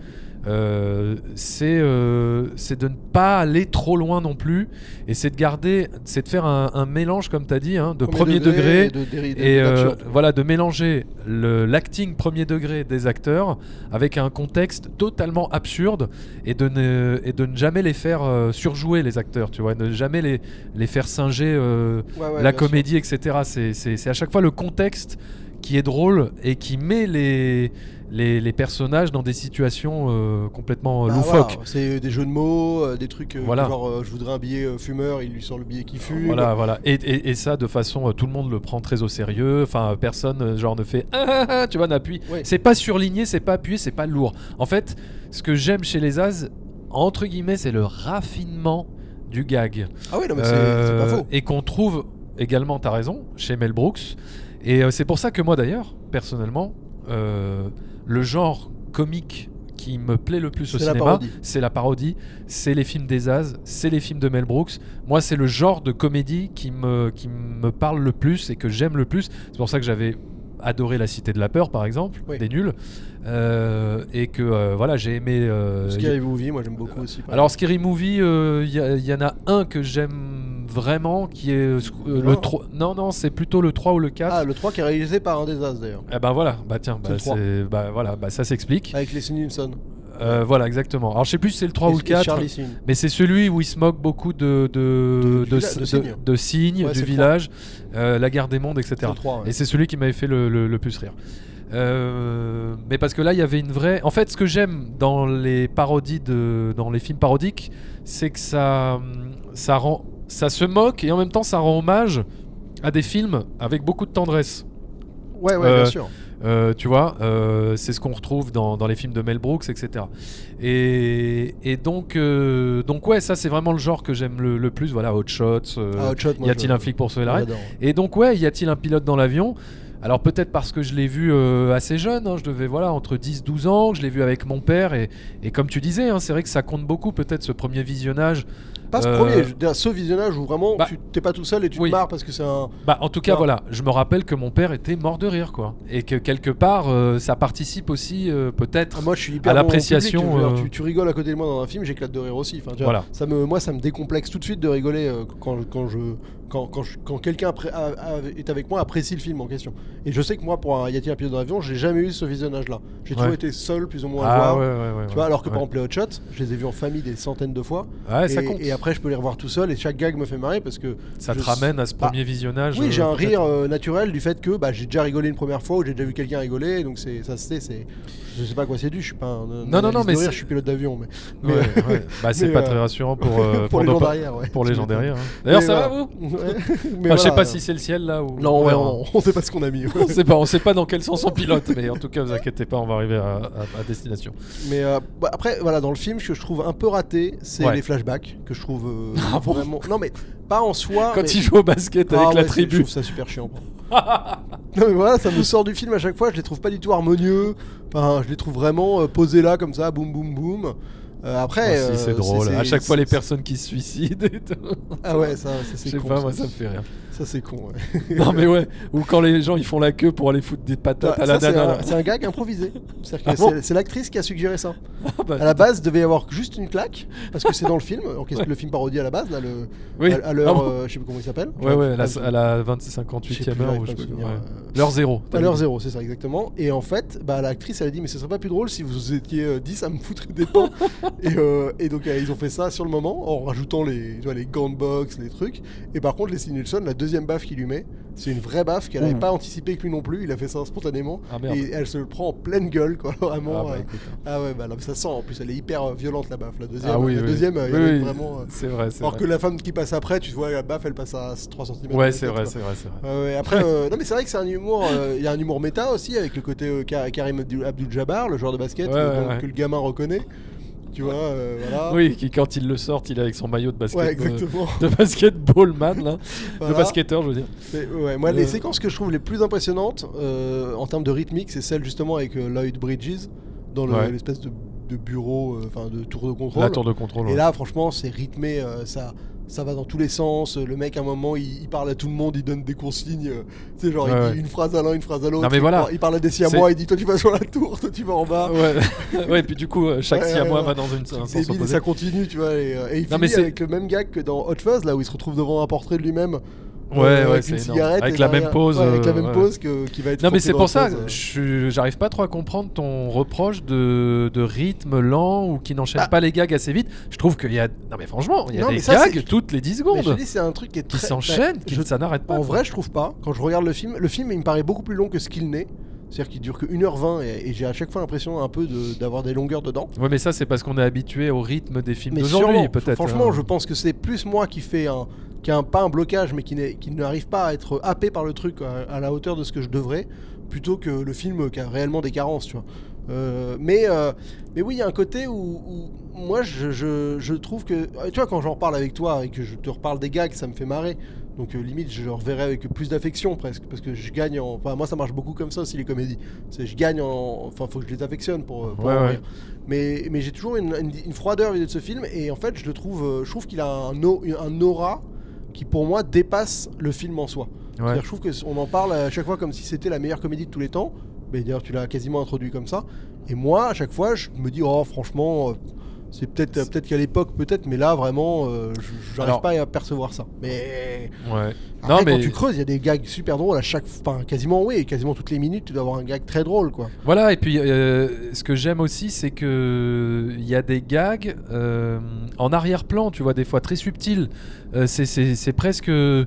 E: euh, c'est euh, c'est de ne pas aller trop loin non plus, et c'est de garder, c'est de faire un, un mélange, comme tu as dit, hein, de premier degré,
D: et de, déri- de-
E: et euh,
D: d'absurde.
E: voilà de mélanger le l'acting premier degré des acteurs avec un contexte totalement absurde et de ne et de ne jamais les faire euh, surjouer les acteurs tu vois de jamais les les faire singer euh,
D: Ouais, ouais,
E: la
D: bien sûr.
E: comédie etc c'est c'est c'est à chaque fois le contexte qui est drôle et qui met les les, les personnages dans des situations euh, complètement euh,
D: Bah,
E: loufoques
D: voilà, c'est des jeux de mots, euh, des trucs euh,
E: Voilà.
D: genre euh, je voudrais un billet euh, fumeur, il lui sort le billet qui fume.
E: Voilà, voilà. Et, et- et ça, de façon, euh, tout le monde le prend très au sérieux. Enfin, euh, personne, euh, genre, ne fait ah, ah, ah tu vois, n'appuie.
D: Ouais.
E: C'est pas surligné, c'est pas appuyé, c'est pas lourd. En fait, ce que j'aime chez les As, entre guillemets, c'est le raffinement du gag.
D: Ah oui, non mais c'est- c'est
E: Euh,
D: pas faux.
E: Et qu'on trouve également, t'as raison, chez Mel Brooks. Et euh, c'est pour ça que moi, d'ailleurs, personnellement, euh, le genre comique qui me plaît le plus au
D: C'est la
E: cinéma, Euh,
D: parodie.
E: c'est la parodie, c'est les films des As, c'est les films de Mel Brooks. Moi, c'est le genre de comédie qui me, qui me parle le plus et que j'aime le plus. C'est pour ça que j'avais adoré La Cité de la Peur, par exemple,
D: Oui.
E: des nuls. Euh, et que, euh, voilà, j'ai aimé... euh,
D: Scary Movie, moi j'aime beaucoup aussi. pareil.
E: alors Scary Movie, il y, y en a un que j'aime vraiment qui est euh, sc- euh, le
D: Non.
E: 3. Non, non, c'est plutôt le 3 ou le 4.
D: Ah, le 3 qui est réalisé par un des As d'ailleurs.
E: Eh ben voilà, bah tiens,
D: C'est
E: bah,
D: le trois.
E: c'est- bah voilà, bah ça s'explique.
D: Avec les Simpson.
E: Euh, voilà, exactement. Alors je sais plus si c'est le 3 ou le 4.
D: Charlie Sin.
E: Mais c'est celui où il se moque beaucoup de, de,
D: De- du
E: de,
D: villa- de
E: de-
D: cygnes.
E: de cygnes,
D: Ouais, c'est
E: du
D: le
E: village, euh, la guerre des mondes,
D: C'est
E: etc.
D: le 3. ouais.
E: Et c'est celui qui m'avait fait le, le- le plus rire. Euh, mais parce que là, il y avait une vraie. En fait, ce que j'aime dans les parodies de, dans les films parodiques, c'est que ça, hum, ça rend, ça se moque et en même temps, ça rend hommage à des films avec beaucoup de tendresse.
D: Ouais, ouais,
E: Euh,
D: bien sûr.
E: Euh, tu vois, euh, c'est ce qu'on retrouve dans, dans les films de Mel Brooks, etc. Et, et donc, euh, donc ouais, ça c'est vraiment le genre que j'aime le, le plus. Voilà, Hot Shots. euh,
D: Ah, Hot Shot, moi,
E: y a-t-il
D: je-
E: un flic pour sauver la
D: moi,
E: reine
D: j'adore.
E: et donc ouais, y a-t-il un pilote dans l'avion Alors peut-être parce que je l'ai vu euh, assez jeune, hein, je devais voilà entre 10-12 ans, je l'ai vu avec mon père et, et comme tu disais, hein, c'est vrai que ça compte beaucoup peut-être ce premier visionnage.
D: Pas ce
E: Euh,
D: premier, je veux dire, ce visionnage où vraiment
E: Bah,
D: tu t'es pas tout seul et tu
E: oui.
D: te marres parce que c'est un.
E: Bah en tout cas
D: Non.
E: voilà, je me rappelle que mon père était mort de rire quoi et que quelque part euh, ça participe aussi euh, peut-être.
D: Ah, moi je suis hyper.
E: À
D: bon en
E: l'appréciation,
D: public, je veux dire,
E: euh,
D: Tu, tu rigoles à côté de moi dans un film, j'éclate de rire aussi. Enfin, tu vois,
E: Voilà.
D: ça me, moi ça me décomplexe tout de suite de rigoler euh, quand, quand je. Quand, quand, je- quand quelqu'un appré- a- a- est avec moi, apprécie le film en question. Et je sais que moi, pour un Y a-t-il un pilote dans l'avion, j'ai jamais eu ce visionnage-là. J'ai toujours
E: Ouais.
D: été seul, plus ou moins, à le
E: Ah
D: voir.
E: ouais ouais ouais.
D: Tu
E: ouais.
D: vois, alors que
E: Ouais.
D: par exemple les Hot Shots, je les ai vus en famille des centaines de fois.
E: Ouais,
D: et,
E: ça compte.
D: et après, après, je peux les revoir tout seul et chaque gag me fait marrer parce que
E: Ça
D: je
E: te
D: sais-
E: ramène à ce
D: Bah,
E: premier visionnage
D: Oui,
E: euh,
D: j'ai un
E: peut-être.
D: rire euh, naturel du fait que bah, j'ai déjà rigolé une première fois ou j'ai déjà vu quelqu'un rigoler, donc c'est ça c'est c'est je sais pas à quoi c'est dû, je suis pas un, un
E: non, non,
D: analyste
E: mais
D: de rire,
E: c'est-
D: je suis pilote d'avion mais, mais,
E: Ouais,
D: euh,
E: ouais. Bah, c'est
D: mais,
E: pas
D: euh,
E: très rassurant pour, euh,
D: pour
E: pour
D: les
E: ne
D: gens
E: pas-
D: derrière, ouais.
E: Pour les
D: Tu
E: gens
D: m'étonnes.
E: derrière. hein. D'ailleurs,
D: Mais
E: ça va
D: voilà.
E: vous
D: Ouais. Mais
E: Enfin, Je sais
D: voilà.
E: pas si c'est le ciel là ou.
D: non,
E: on
D: ouais,
E: verra.
D: on, on sait pas ce qu'on a mis. ouais.
E: On sait pas, on sait pas dans quel sens on pilote, mais en tout cas, vous inquiétez pas, on va arriver à, à- à destination.
D: Mais euh, bah, après, voilà, dans le film, ce que je trouve un peu raté, c'est
E: Ouais.
D: les flashbacks que je trouve euh,
E: Ah bon
D: vraiment. Non, mais pas en soi.
E: Quand
D: mais-
E: il joue au basket avec
D: Ah
E: la
D: ouais, c'est- Je
E: tribu,
D: trouve ça super chiant. non mais voilà, ça me sort du film à chaque fois. Je les trouve pas du tout harmonieux. Enfin, je les trouve vraiment euh, posés là comme ça, boum boum boum. Euh, après,
E: Ah, si, c'est
D: euh,
E: drôle.
D: c'est-
E: à chaque fois, les
D: c'est-
E: personnes qui se suicident. et tout.
D: Ah ouais, ça, ça,
E: Je
D: c'est
E: sais
D: con.
E: pas,
D: ça.
E: moi, ça me fait rire.
D: Ça, c'est con. ouais.
E: Non, mais ouais. Ou quand les gens ils font la queue pour aller foutre des patates à
D: Ça,
E: la
D: c'est
E: nana.
D: un-
E: là.
D: c'est un, gag improvisé. C'est-à-dire que
E: Ah bon
D: c'est- c'est l'actrice qui a suggéré ça.
E: Ah bah,
D: À la base, devait y avoir juste une claque parce que c'est dans le film. Alors, qu'est-ce que le film parodie à la base là, le,
E: oui.
D: à, à l'heure,
E: Ah bon
D: euh, je sais plus comment il s'appelle. Ah,
E: Ouais, ouais, à la,
D: Enfin,
E: à la
D: Je sais
E: 58e
D: plus,
E: heure,
D: j'arrive
E: ou
D: pas
E: je
D: à me
E: sais pas,
D: souvenir,
E: ouais.
D: euh,
E: L'heure zéro.
D: À l'heure zéro, c'est ça exactement. Et en fait, bah, l'actrice elle a dit mais ce serait pas plus drôle si vous étiez euh, 10 à me foutre des pains. et, euh, et donc euh, ils ont fait ça sur le moment en rajoutant les, tu vois, les gants de boxe, les trucs. Et par contre, Leslie Nielsen, la deuxième baffe qu'il lui met, c'est une vraie baffe qu'elle n'avait
E: Ouh.
D: pas anticipée que lui non plus. Il a fait ça spontanément
E: Mmh. Ah merde.
D: et elle se le prend en pleine gueule quoi.
E: Ah,
D: Vraiment.
E: bah,
D: euh,
E: écoute, hein.
D: ah ouais, bah, là, ça sent en plus. Elle est hyper euh, violente la baffe. La deuxième,
E: Ah oui,
D: la
E: oui.
D: deuxième, euh, il y
E: Oui,
D: avait
E: oui,
D: vraiment. euh,
E: C'est vrai, c'est
D: alors
E: vrai.
D: que la femme qui passe après, tu vois, la baffe elle passe à 3 cm.
E: Ouais, c'est vrai, c'est vrai, c'est vrai.
D: Ouais, ouais, après, euh, non mais c'est vrai que c'est un humour, euh, il y a un humour méta aussi avec le côté euh, Ka- Karim Abdul- Abdul-Jabbar, le joueur de basket
E: Ouais,
D: euh,
E: ouais,
D: donc,
E: ouais.
D: que le gamin reconnaît. Tu vois, euh, voilà.
E: Oui, qui quand il le sort, il est avec son maillot de basket.
D: ouais,
E: euh,
D: exactement.
E: de basketballman là,
D: Voilà.
E: de basketteur je veux dire.
D: Mais, ouais, moi, les
E: Euh.
D: séquences que je trouve les plus impressionnantes euh, en termes de rythmique, c'est celle justement avec euh, Lloyd Bridges dans le-
E: Ouais.
D: l'espèce de, de bureau, euh, enfin de tour de contrôle.
E: La tour de contrôle.
D: Et
E: ouais.
D: là, franchement, c'est rythmé, euh, ça, ça va dans tous les sens. Le mec, à un moment, il, il parle à tout le monde, il donne des consignes. euh, tu sais, genre,
E: Ouais,
D: il
E: ouais.
D: dit une phrase à l'un, une phrase à l'autre.
E: Non, mais
D: il
E: voilà.
D: par- Il parle à des siamois, il dit Toi, tu vas sur la tour, toi, tu vas en bas.
E: Ah, Ouais. ouais, et puis du coup, euh, chaque
D: Ouais,
E: siamois
D: ouais,
E: va dans une, un
D: Truc
E: sens
D: débile, et
E: opposé.
D: ça continue, tu vois. Et, euh, et il
E: Non, mais
D: finit
E: c'est-
D: avec le même gag que dans Hot Fuzz, là où il se retrouve devant un portrait de lui-même. euh,
E: Ouais, ouais,
D: avec
E: c'est
D: une
E: énorme.
D: cigarette.
E: Avec
D: et
E: la
D: derrière-
E: même pose,
D: ouais, avec la
E: euh,
D: même
E: ouais.
D: pose que, qui va être.
E: Non mais
D: portée
E: c'est
D: dans
E: pour
D: Hot
E: ça,
D: Fuzz, euh.
E: je suis- j'arrive pas trop à comprendre ton reproche de, de rythme lent ou qui n'enchaîne
D: Bah.
E: pas les gags assez vite. Je trouve qu'il y a... Non mais franchement, il y a
D: Non,
E: des
D: mais ça,
E: gags
D: c'est-
E: toutes les 10
D: Mais je te
E: secondes
D: dis, c'est un truc qui est
E: qui
D: très- bah,
E: s'enchaînent, qui
D: je-
E: ça n'arrête pas.
D: En
E: quoi.
D: vrai, je trouve pas. Quand je regarde le film, le film il me paraît beaucoup plus long que ce qu'il n'est. C'est-à-dire qu'il dure que 1h20 et, et j'ai à chaque fois l'impression un peu de- d'avoir des longueurs dedans.
E: Ouais mais ça c'est parce qu'on est habitué au rythme des films
D: Mais
E: d'aujourd'hui
D: sûrement,
E: peut-être.
D: franchement,
E: hein.
D: je pense que c'est plus moi qui fais un, qui a un, pas un blocage, mais qui, n'est- qui n'arrive pas à être happé par le truc à, à la hauteur de ce que je devrais, plutôt que le film qui a réellement des carences, tu vois. Euh, mais, euh, mais oui, il y a un côté où, où moi je, je- je trouve que. euh, Tu vois, quand j'en parle avec toi et que je te reparle des gags, ça me fait marrer. Donc euh, limite, je le reverrai avec plus d'affection presque, parce que je gagne en. Enfin, moi ça marche beaucoup comme ça aussi les comédies. C'est je gagne en. Enfin, faut que je les affectionne pour. euh, pour
E: Ouais,
D: en
E: ouais.
D: rire. Mais, mais j'ai toujours une, une- une froideur vis-à-vis de ce film et en fait je le trouve, euh, je trouve qu'il a un, au- un aura qui pour moi dépasse le film en soi.
E: Ouais.
D: C'est-à-dire, Je trouve que c- on en parle à chaque fois comme si c'était la meilleure comédie de tous les temps. Mais d'ailleurs tu l'as quasiment introduit comme ça. Et moi à chaque fois je me dis oh franchement euh, c'est peut-être euh, peut-être qu'à l'époque peut-être mais là vraiment euh, je- j'arrive
E: Alors-
D: pas à percevoir ça. Mais
E: Ouais.
D: après,
E: non mais
D: quand tu creuses il y a des gags super drôles à chaque enfin quasiment oui quasiment toutes les minutes tu dois avoir un gag très drôle quoi.
E: Voilà, et puis euh, ce que j'aime aussi, c'est que euh, il y a des gags euh, en arrière-plan, tu vois, des fois très subtils. Euh, c'est- c'est c'est presque. euh,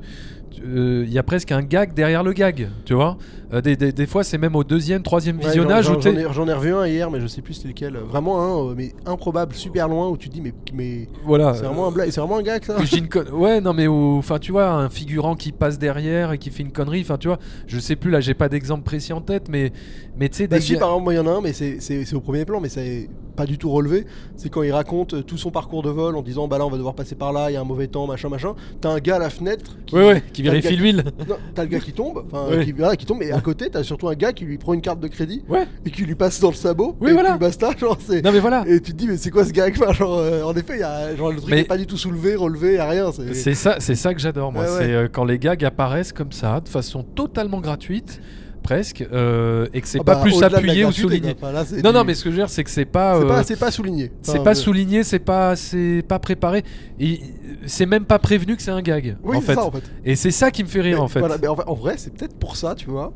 E: Il y a presque un gag derrière le gag, tu vois. Euh, des, des- des fois, c'est même au deuxième, troisième
D: Ouais,
E: visionnage
D: j'en-
E: où
D: j'en-
E: t'es-
D: j'en ai- J'en ai revu un hier, mais je sais plus c'est lequel. Vraiment un, euh, mais improbable, super loin, où tu te dis, mais, mais
E: Voilà.
D: c'est vraiment, un blague- c'est vraiment un gag ça
E: Que je dis une con- Ouais, non, mais où- enfin, tu vois, un figurant qui passe derrière et qui fait une connerie. Enfin, tu vois, je sais plus là, j'ai pas d'exemple précis en tête, mais mais tu sais
D: Bah
E: des
D: si,
E: ga-
D: par exemple, moi, il y en a un, mais c'est- c'est c'est au premier plan, mais c'est pas du tout relevé. C'est quand il raconte euh, tout son parcours de vol en disant, bah là, on va devoir passer par là, il y a un mauvais temps, machin, machin. T'as un gars à la fenêtre qui,
E: Ouais, ouais, qui
D: t'as le
E: vérifie
D: gars-
E: l'huile.
D: Non, t'as le gars qui tombe, enfin,
E: Ouais.
D: qui, voilà, qui tombe, et à côté, t'as surtout un gars qui lui prend une carte de crédit
E: Ouais.
D: et qui lui passe dans le sabot.
E: Oui,
D: et
E: voilà.
D: puis basta, genre, c'est.
E: Non, mais voilà.
D: Et tu te dis, mais c'est quoi ce gag Enfin, genre, euh, En effet, il y a, genre, le truc
E: Mais-
D: n'est pas du tout soulevé, relevé, il y a rien.
E: C'est ça, c'est ça que j'adore moi.
D: Ouais, ouais.
E: C'est euh, quand les gags apparaissent comme ça, de façon totalement gratuite, presque, euh, et que c'est
D: Ah
E: pas
D: bah,
E: plus
D: au-delà de la
E: appuyé ou
D: gratuité,
E: souligné.
D: quoi. Enfin, là, c'est
E: Non,
D: du-
E: non, mais ce que je veux dire, c'est que c'est pas,
D: c'est
E: euh,
D: pas, c'est pas souligné.
E: c'est
D: Enfin,
E: pas
D: euh,
E: souligné, c'est pas, c'est pas préparé. Et euh, c'est même pas prévenu que c'est un gag,
D: Oui,
E: en
D: c'est
E: fait.
D: ça en fait.
E: Et c'est ça qui me fait rire,
D: Mais
E: en fait.
D: voilà, mais en fait- en vrai, c'est peut-être pour ça, tu vois,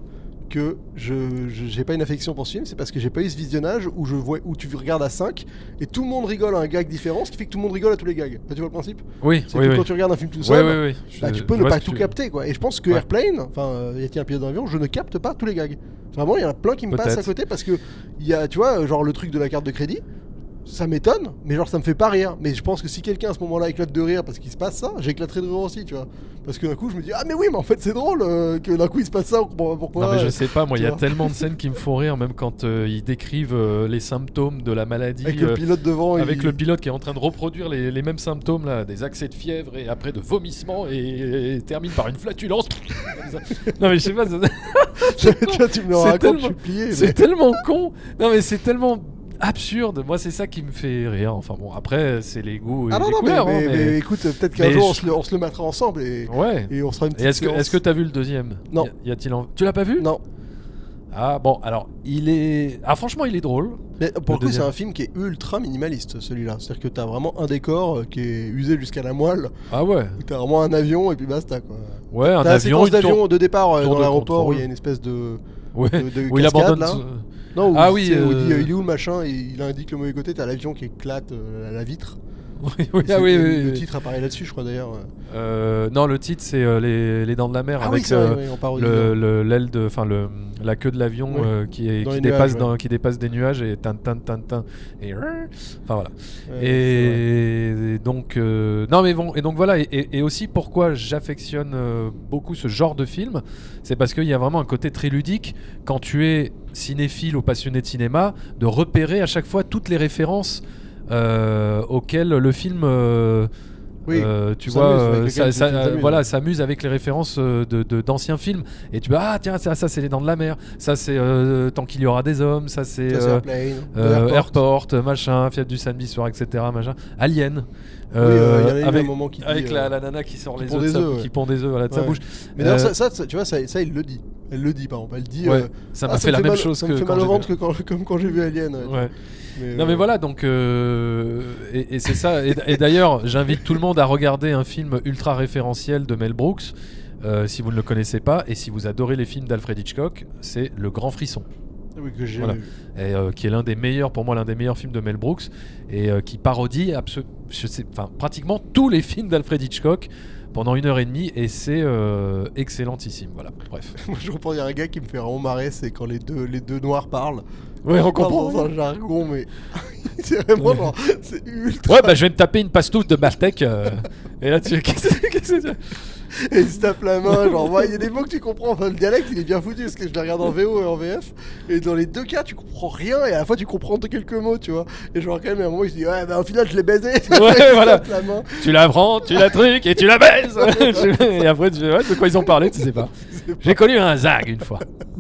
D: que je je- j'ai pas une affection pour ce film, c'est parce que j'ai pas eu ce visionnage où je vois où tu regardes à 5 et tout le monde rigole à un gag différent, ce qui fait que tout le monde rigole à tous les gags. Là, tu vois le principe
E: Oui,
D: C'est
E: oui,
D: que
E: oui.
D: quand tu regardes un film tout
E: Ouais,
D: seul,
E: ouais, ouais.
D: bah,
E: Je-
D: tu peux
E: je
D: ne
E: vois
D: pas
E: ce que
D: tout
E: tu-
D: capter quoi. Et je pense que
E: Ouais.
D: Airplane, enfin euh, y a-t-il un pilote d'avion, je ne capte pas tous les gags. Vraiment, il y en a plein qui me passent à
E: Peut-être.
D: côté parce que il y a, tu vois, genre le truc de la carte de crédit, ça m'étonne, mais genre ça me fait pas rire. Mais je pense que si quelqu'un à ce moment-là éclate de rire parce qu'il se passe ça, j'éclaterai de rire aussi, tu vois. Parce que d'un coup, je me dis ah mais oui, mais en fait c'est drôle euh, que d'un coup il se passe ça, on comprend pas pourquoi.
E: Non mais je
D: euh,
E: sais pas, moi
D: tu
E: il y a
D: vois.
E: tellement de scènes qui me font rire, même quand euh, ils décrivent euh, les symptômes de la maladie.
D: avec
E: euh,
D: le pilote devant,
E: avec
D: il-
E: le pilote qui est en train de reproduire les, les mêmes symptômes là, des accès de fièvre et après de vomissements et, et termine par une flatulence. Comme ça. non mais je sais pas, ça- c'est con.
D: tu vois, tu me le
E: C'est
D: racontes,
E: tellement-
D: je suis plié. mais-
E: c'est tellement con. Non mais c'est tellement absurde. Moi c'est ça qui me fait rire. Enfin bon après c'est les goûts et
D: Ah non
E: les
D: non, mais,
E: couleurs.
D: mais-
E: hein,
D: mais
E: mais-
D: écoute, peut-être qu'un
E: mais
D: jour
E: je-
D: on se le- on se le mettra ensemble et,
E: Ouais.
D: et on sera une petite
E: Et est-ce que
D: séance.
E: est-ce que t'as vu le deuxième
D: Non.
E: Y a-t-il en- Tu l'as pas vu
D: non
E: Ah bon alors il est ah franchement il est drôle.
D: Mais pour
E: Le
D: le coup, c'est
E: deuxième.
D: un film qui est ultra minimaliste, celui-là. C'est-à-dire que t'as vraiment un décor euh, qui est usé jusqu'à la moelle,
E: Ah ouais.
D: où t'as vraiment un avion et puis basta quoi.
E: Ouais, un
D: T'as la
E: avion,
D: séquence
E: il tourne-
D: d'avion de départ euh,
E: tour
D: dans
E: de
D: l'aéroport où
E: contrôle.
D: il y a une espèce de.
E: Ouais.
D: de- de
E: Où il
D: cascade,
E: abandonne.
D: là.
E: son-
D: Non, où,
E: Ah oui,
D: tu sais, où il dit,
E: euh,
D: euh, il est où le machin et il indique le mauvais côté, t'as l'avion qui éclate euh, la vitre.
E: Oui, oui,
D: Et
E: ah
D: c'est-
E: oui,
D: et
E: oui,
D: le
E: oui.
D: titre apparaît là-dessus, je crois d'ailleurs.
E: Euh, non, le titre c'est euh, les, les dents de la mer
D: Ah oui,
E: avec
D: c'est vrai,
E: euh,
D: oui, on parodie. hein.
E: le- le- l'aile de, enfin le la queue de l'avion
D: Oui.
E: euh, qui, est,
D: Dans
E: qui
D: les
E: dépasse
D: nuages,
E: dans- qui dépasse des nuages et tin tin tin tin et enfin voilà.
D: Ouais, c'est vrai.
E: et, et donc euh, non mais bon et donc voilà et, et- et aussi pourquoi j'affectionne euh, beaucoup ce genre de film, c'est parce qu'il y a vraiment un côté très ludique quand tu es cinéphile ou passionné de cinéma de repérer à chaque fois toutes les références euh, auxquelles le film euh,
D: Oui.
E: euh, tu
D: s'amuse
E: vois,
D: avec
E: euh,
D: lesquels
E: ça, ça,
D: le film
E: euh,
D: s'amuse.
E: voilà, s'amuse avec les références euh, de de- d'anciens films. Et tu vas ah tiens ça, ça c'est les dents de la mer, ça c'est euh, tant qu'il y aura des hommes, ça c'est
D: Ça, c'est
E: euh,
D: Airplane,
E: euh,
D: Airport.
E: airport. machin, Fiat du samedi soir, etc. Machin, Alien.
D: Oui, euh, il y en a
E: euh,
D: eu un
E: avec
D: moment qui dit,
E: avec la,
D: euh,
E: la nana qui sort
D: qui
E: les
D: pond
E: œufs, de
D: des
E: sa-
D: œufs, ouais.
E: qui pend des œufs voilà, de sa
D: Ouais.
E: bouche.
D: Mais d'ailleurs,
E: euh,
D: ça, ça, tu vois, ça, ça, il le dit. Elle le dit, par exemple. Elle dit.
E: Ouais,
D: euh,
E: ça
D: Ah,
E: m'a fait bah, la même
D: mal-
E: chose
D: ça
E: que
D: me fait
E: quand
D: mal au
E: j'ai vu-
D: ventre que quand, comme quand j'ai vu Alien. ouais.
E: Ouais. Non
D: euh,
E: mais voilà donc euh, et, et c'est ça et, d- et d'ailleurs j'invite tout le monde à regarder un film ultra référentiel de Mel Brooks euh, si vous ne le connaissez pas et si vous adorez les films d'Alfred Hitchcock c'est Le Grand Frisson
D: Oui, que j'ai
E: Voilà.
D: vu.
E: et, euh, qui est l'un des meilleurs pour moi l'un des meilleurs films de Mel Brooks et euh, qui parodie abso- je sais, enfin, pratiquement tous les films d'Alfred Hitchcock pendant une heure et demie et c'est euh, excellentissime voilà bref
D: Moi, je comprends, il y a un gars qui me fait vraiment marrer, c'est quand les deux, les deux noirs parlent.
E: ouais
D: Ils parlent dans un jargon, mais. c'est vraiment genre. C'est ultra.
E: ouais bah je vais me taper une pastoute de Bartek euh, et là tu qu'est-ce que qu'est-ce que c'est
D: Et ils se tapent la main, genre, ouais, il y a des mots que tu comprends. Enfin, le dialecte, il est bien foutu parce que je le regarde en VO et en VF. Et dans les deux cas, tu comprends rien et à la fois, tu comprends quelques mots, tu vois. Et genre, quand même, à un moment, il se dit, ouais, bah au final, je l'ai baisé.
E: Ouais, voilà.
D: la main.
E: Tu la prends, tu la trucs et tu la baises Et après, tu fais, ouais, de quoi ils ont parlé, tu sais pas. J'ai connu un zag une fois.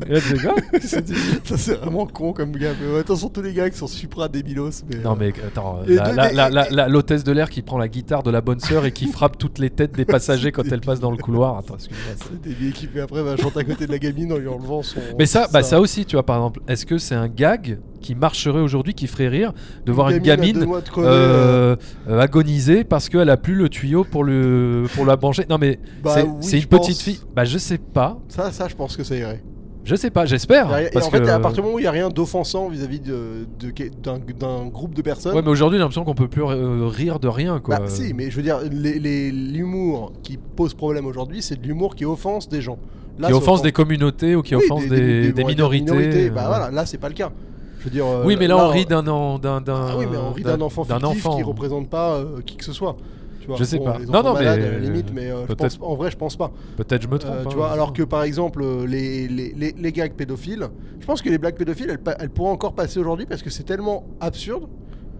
E: Et là, tu fais, quoi
D: Ça, c'est vraiment con comme gars. Mais ouais, attention, tous les gars qui sont supra débilos. Mais,
E: Non, mais attends,
D: Et
E: la-
D: de-
E: la-
D: mais-
E: la- la- la- l'hôtesse de l'air qui prend la guitare de la bonne sœur et qui frappe toutes les têtes des passagers quand elle passe dans le couloir. Attends, excuse-moi. c'est-
D: C'est des vieux qui fait après va chanter à côté de la gamine en lui enlevant son.
E: Mais ça, bah, ça aussi, tu vois, par exemple, est-ce que c'est un gag qui marcherait aujourd'hui, qui ferait rire de voir une
D: à deux
E: gamine
D: mois de crever, euh,
E: euh, euh, agoniser parce qu'elle a plus le tuyau pour, le, pour la brancher Non, mais
D: Bah
E: c'est
D: oui,
E: c'est
D: je
E: une
D: pense.
E: petite fille. Bah, je sais pas.
D: Ça, ça, je pense que ça irait.
E: Je sais pas, j'espère.
D: Il y a- et
E: Ah, parce
D: en fait,
E: que-
D: à partir du moment où il n'y a rien d'offensant vis-à-vis de- de- d'un d'un groupe de personnes.
E: Ouais, mais aujourd'hui, j'ai l'impression qu'on peut plus euh, rire de rien, quoi.
D: Bah, si, mais je veux dire, les- les- l'humour qui pose problème aujourd'hui, c'est de l'humour qui offense des gens. Là,
E: qui
D: ça
E: offense
D: offend-
E: des communautés ou qui
D: Oui,
E: offense des, des
D: on va dire
E: minorités.
D: Bah
E: euh,
D: voilà, là, c'est pas le cas. Je veux dire. euh,
E: oui, mais là, on rit d'un en- d'un d'un
D: Ah oui, mais on rit d'un enfant
E: d'un hein.
D: fictif qui représente pas euh, qui que ce soit. Tu vois,
E: Je sais
D: Bon,
E: pas.
D: les
E: Non,
D: enfants
E: non, mais-
D: malades, à la limite, mais euh, je
E: peut-être-
D: pense- en vrai, je pense pas.
E: Peut-être je me trompe.
D: Euh,
E: hein,
D: tu
E: je
D: vois,
E: sais
D: alors
E: pas.
D: que par exemple euh, les, les, les, les gags pédophiles, je pense que les blagues pédophiles, elles, pa- elles pourraient encore passer aujourd'hui parce que c'est tellement absurde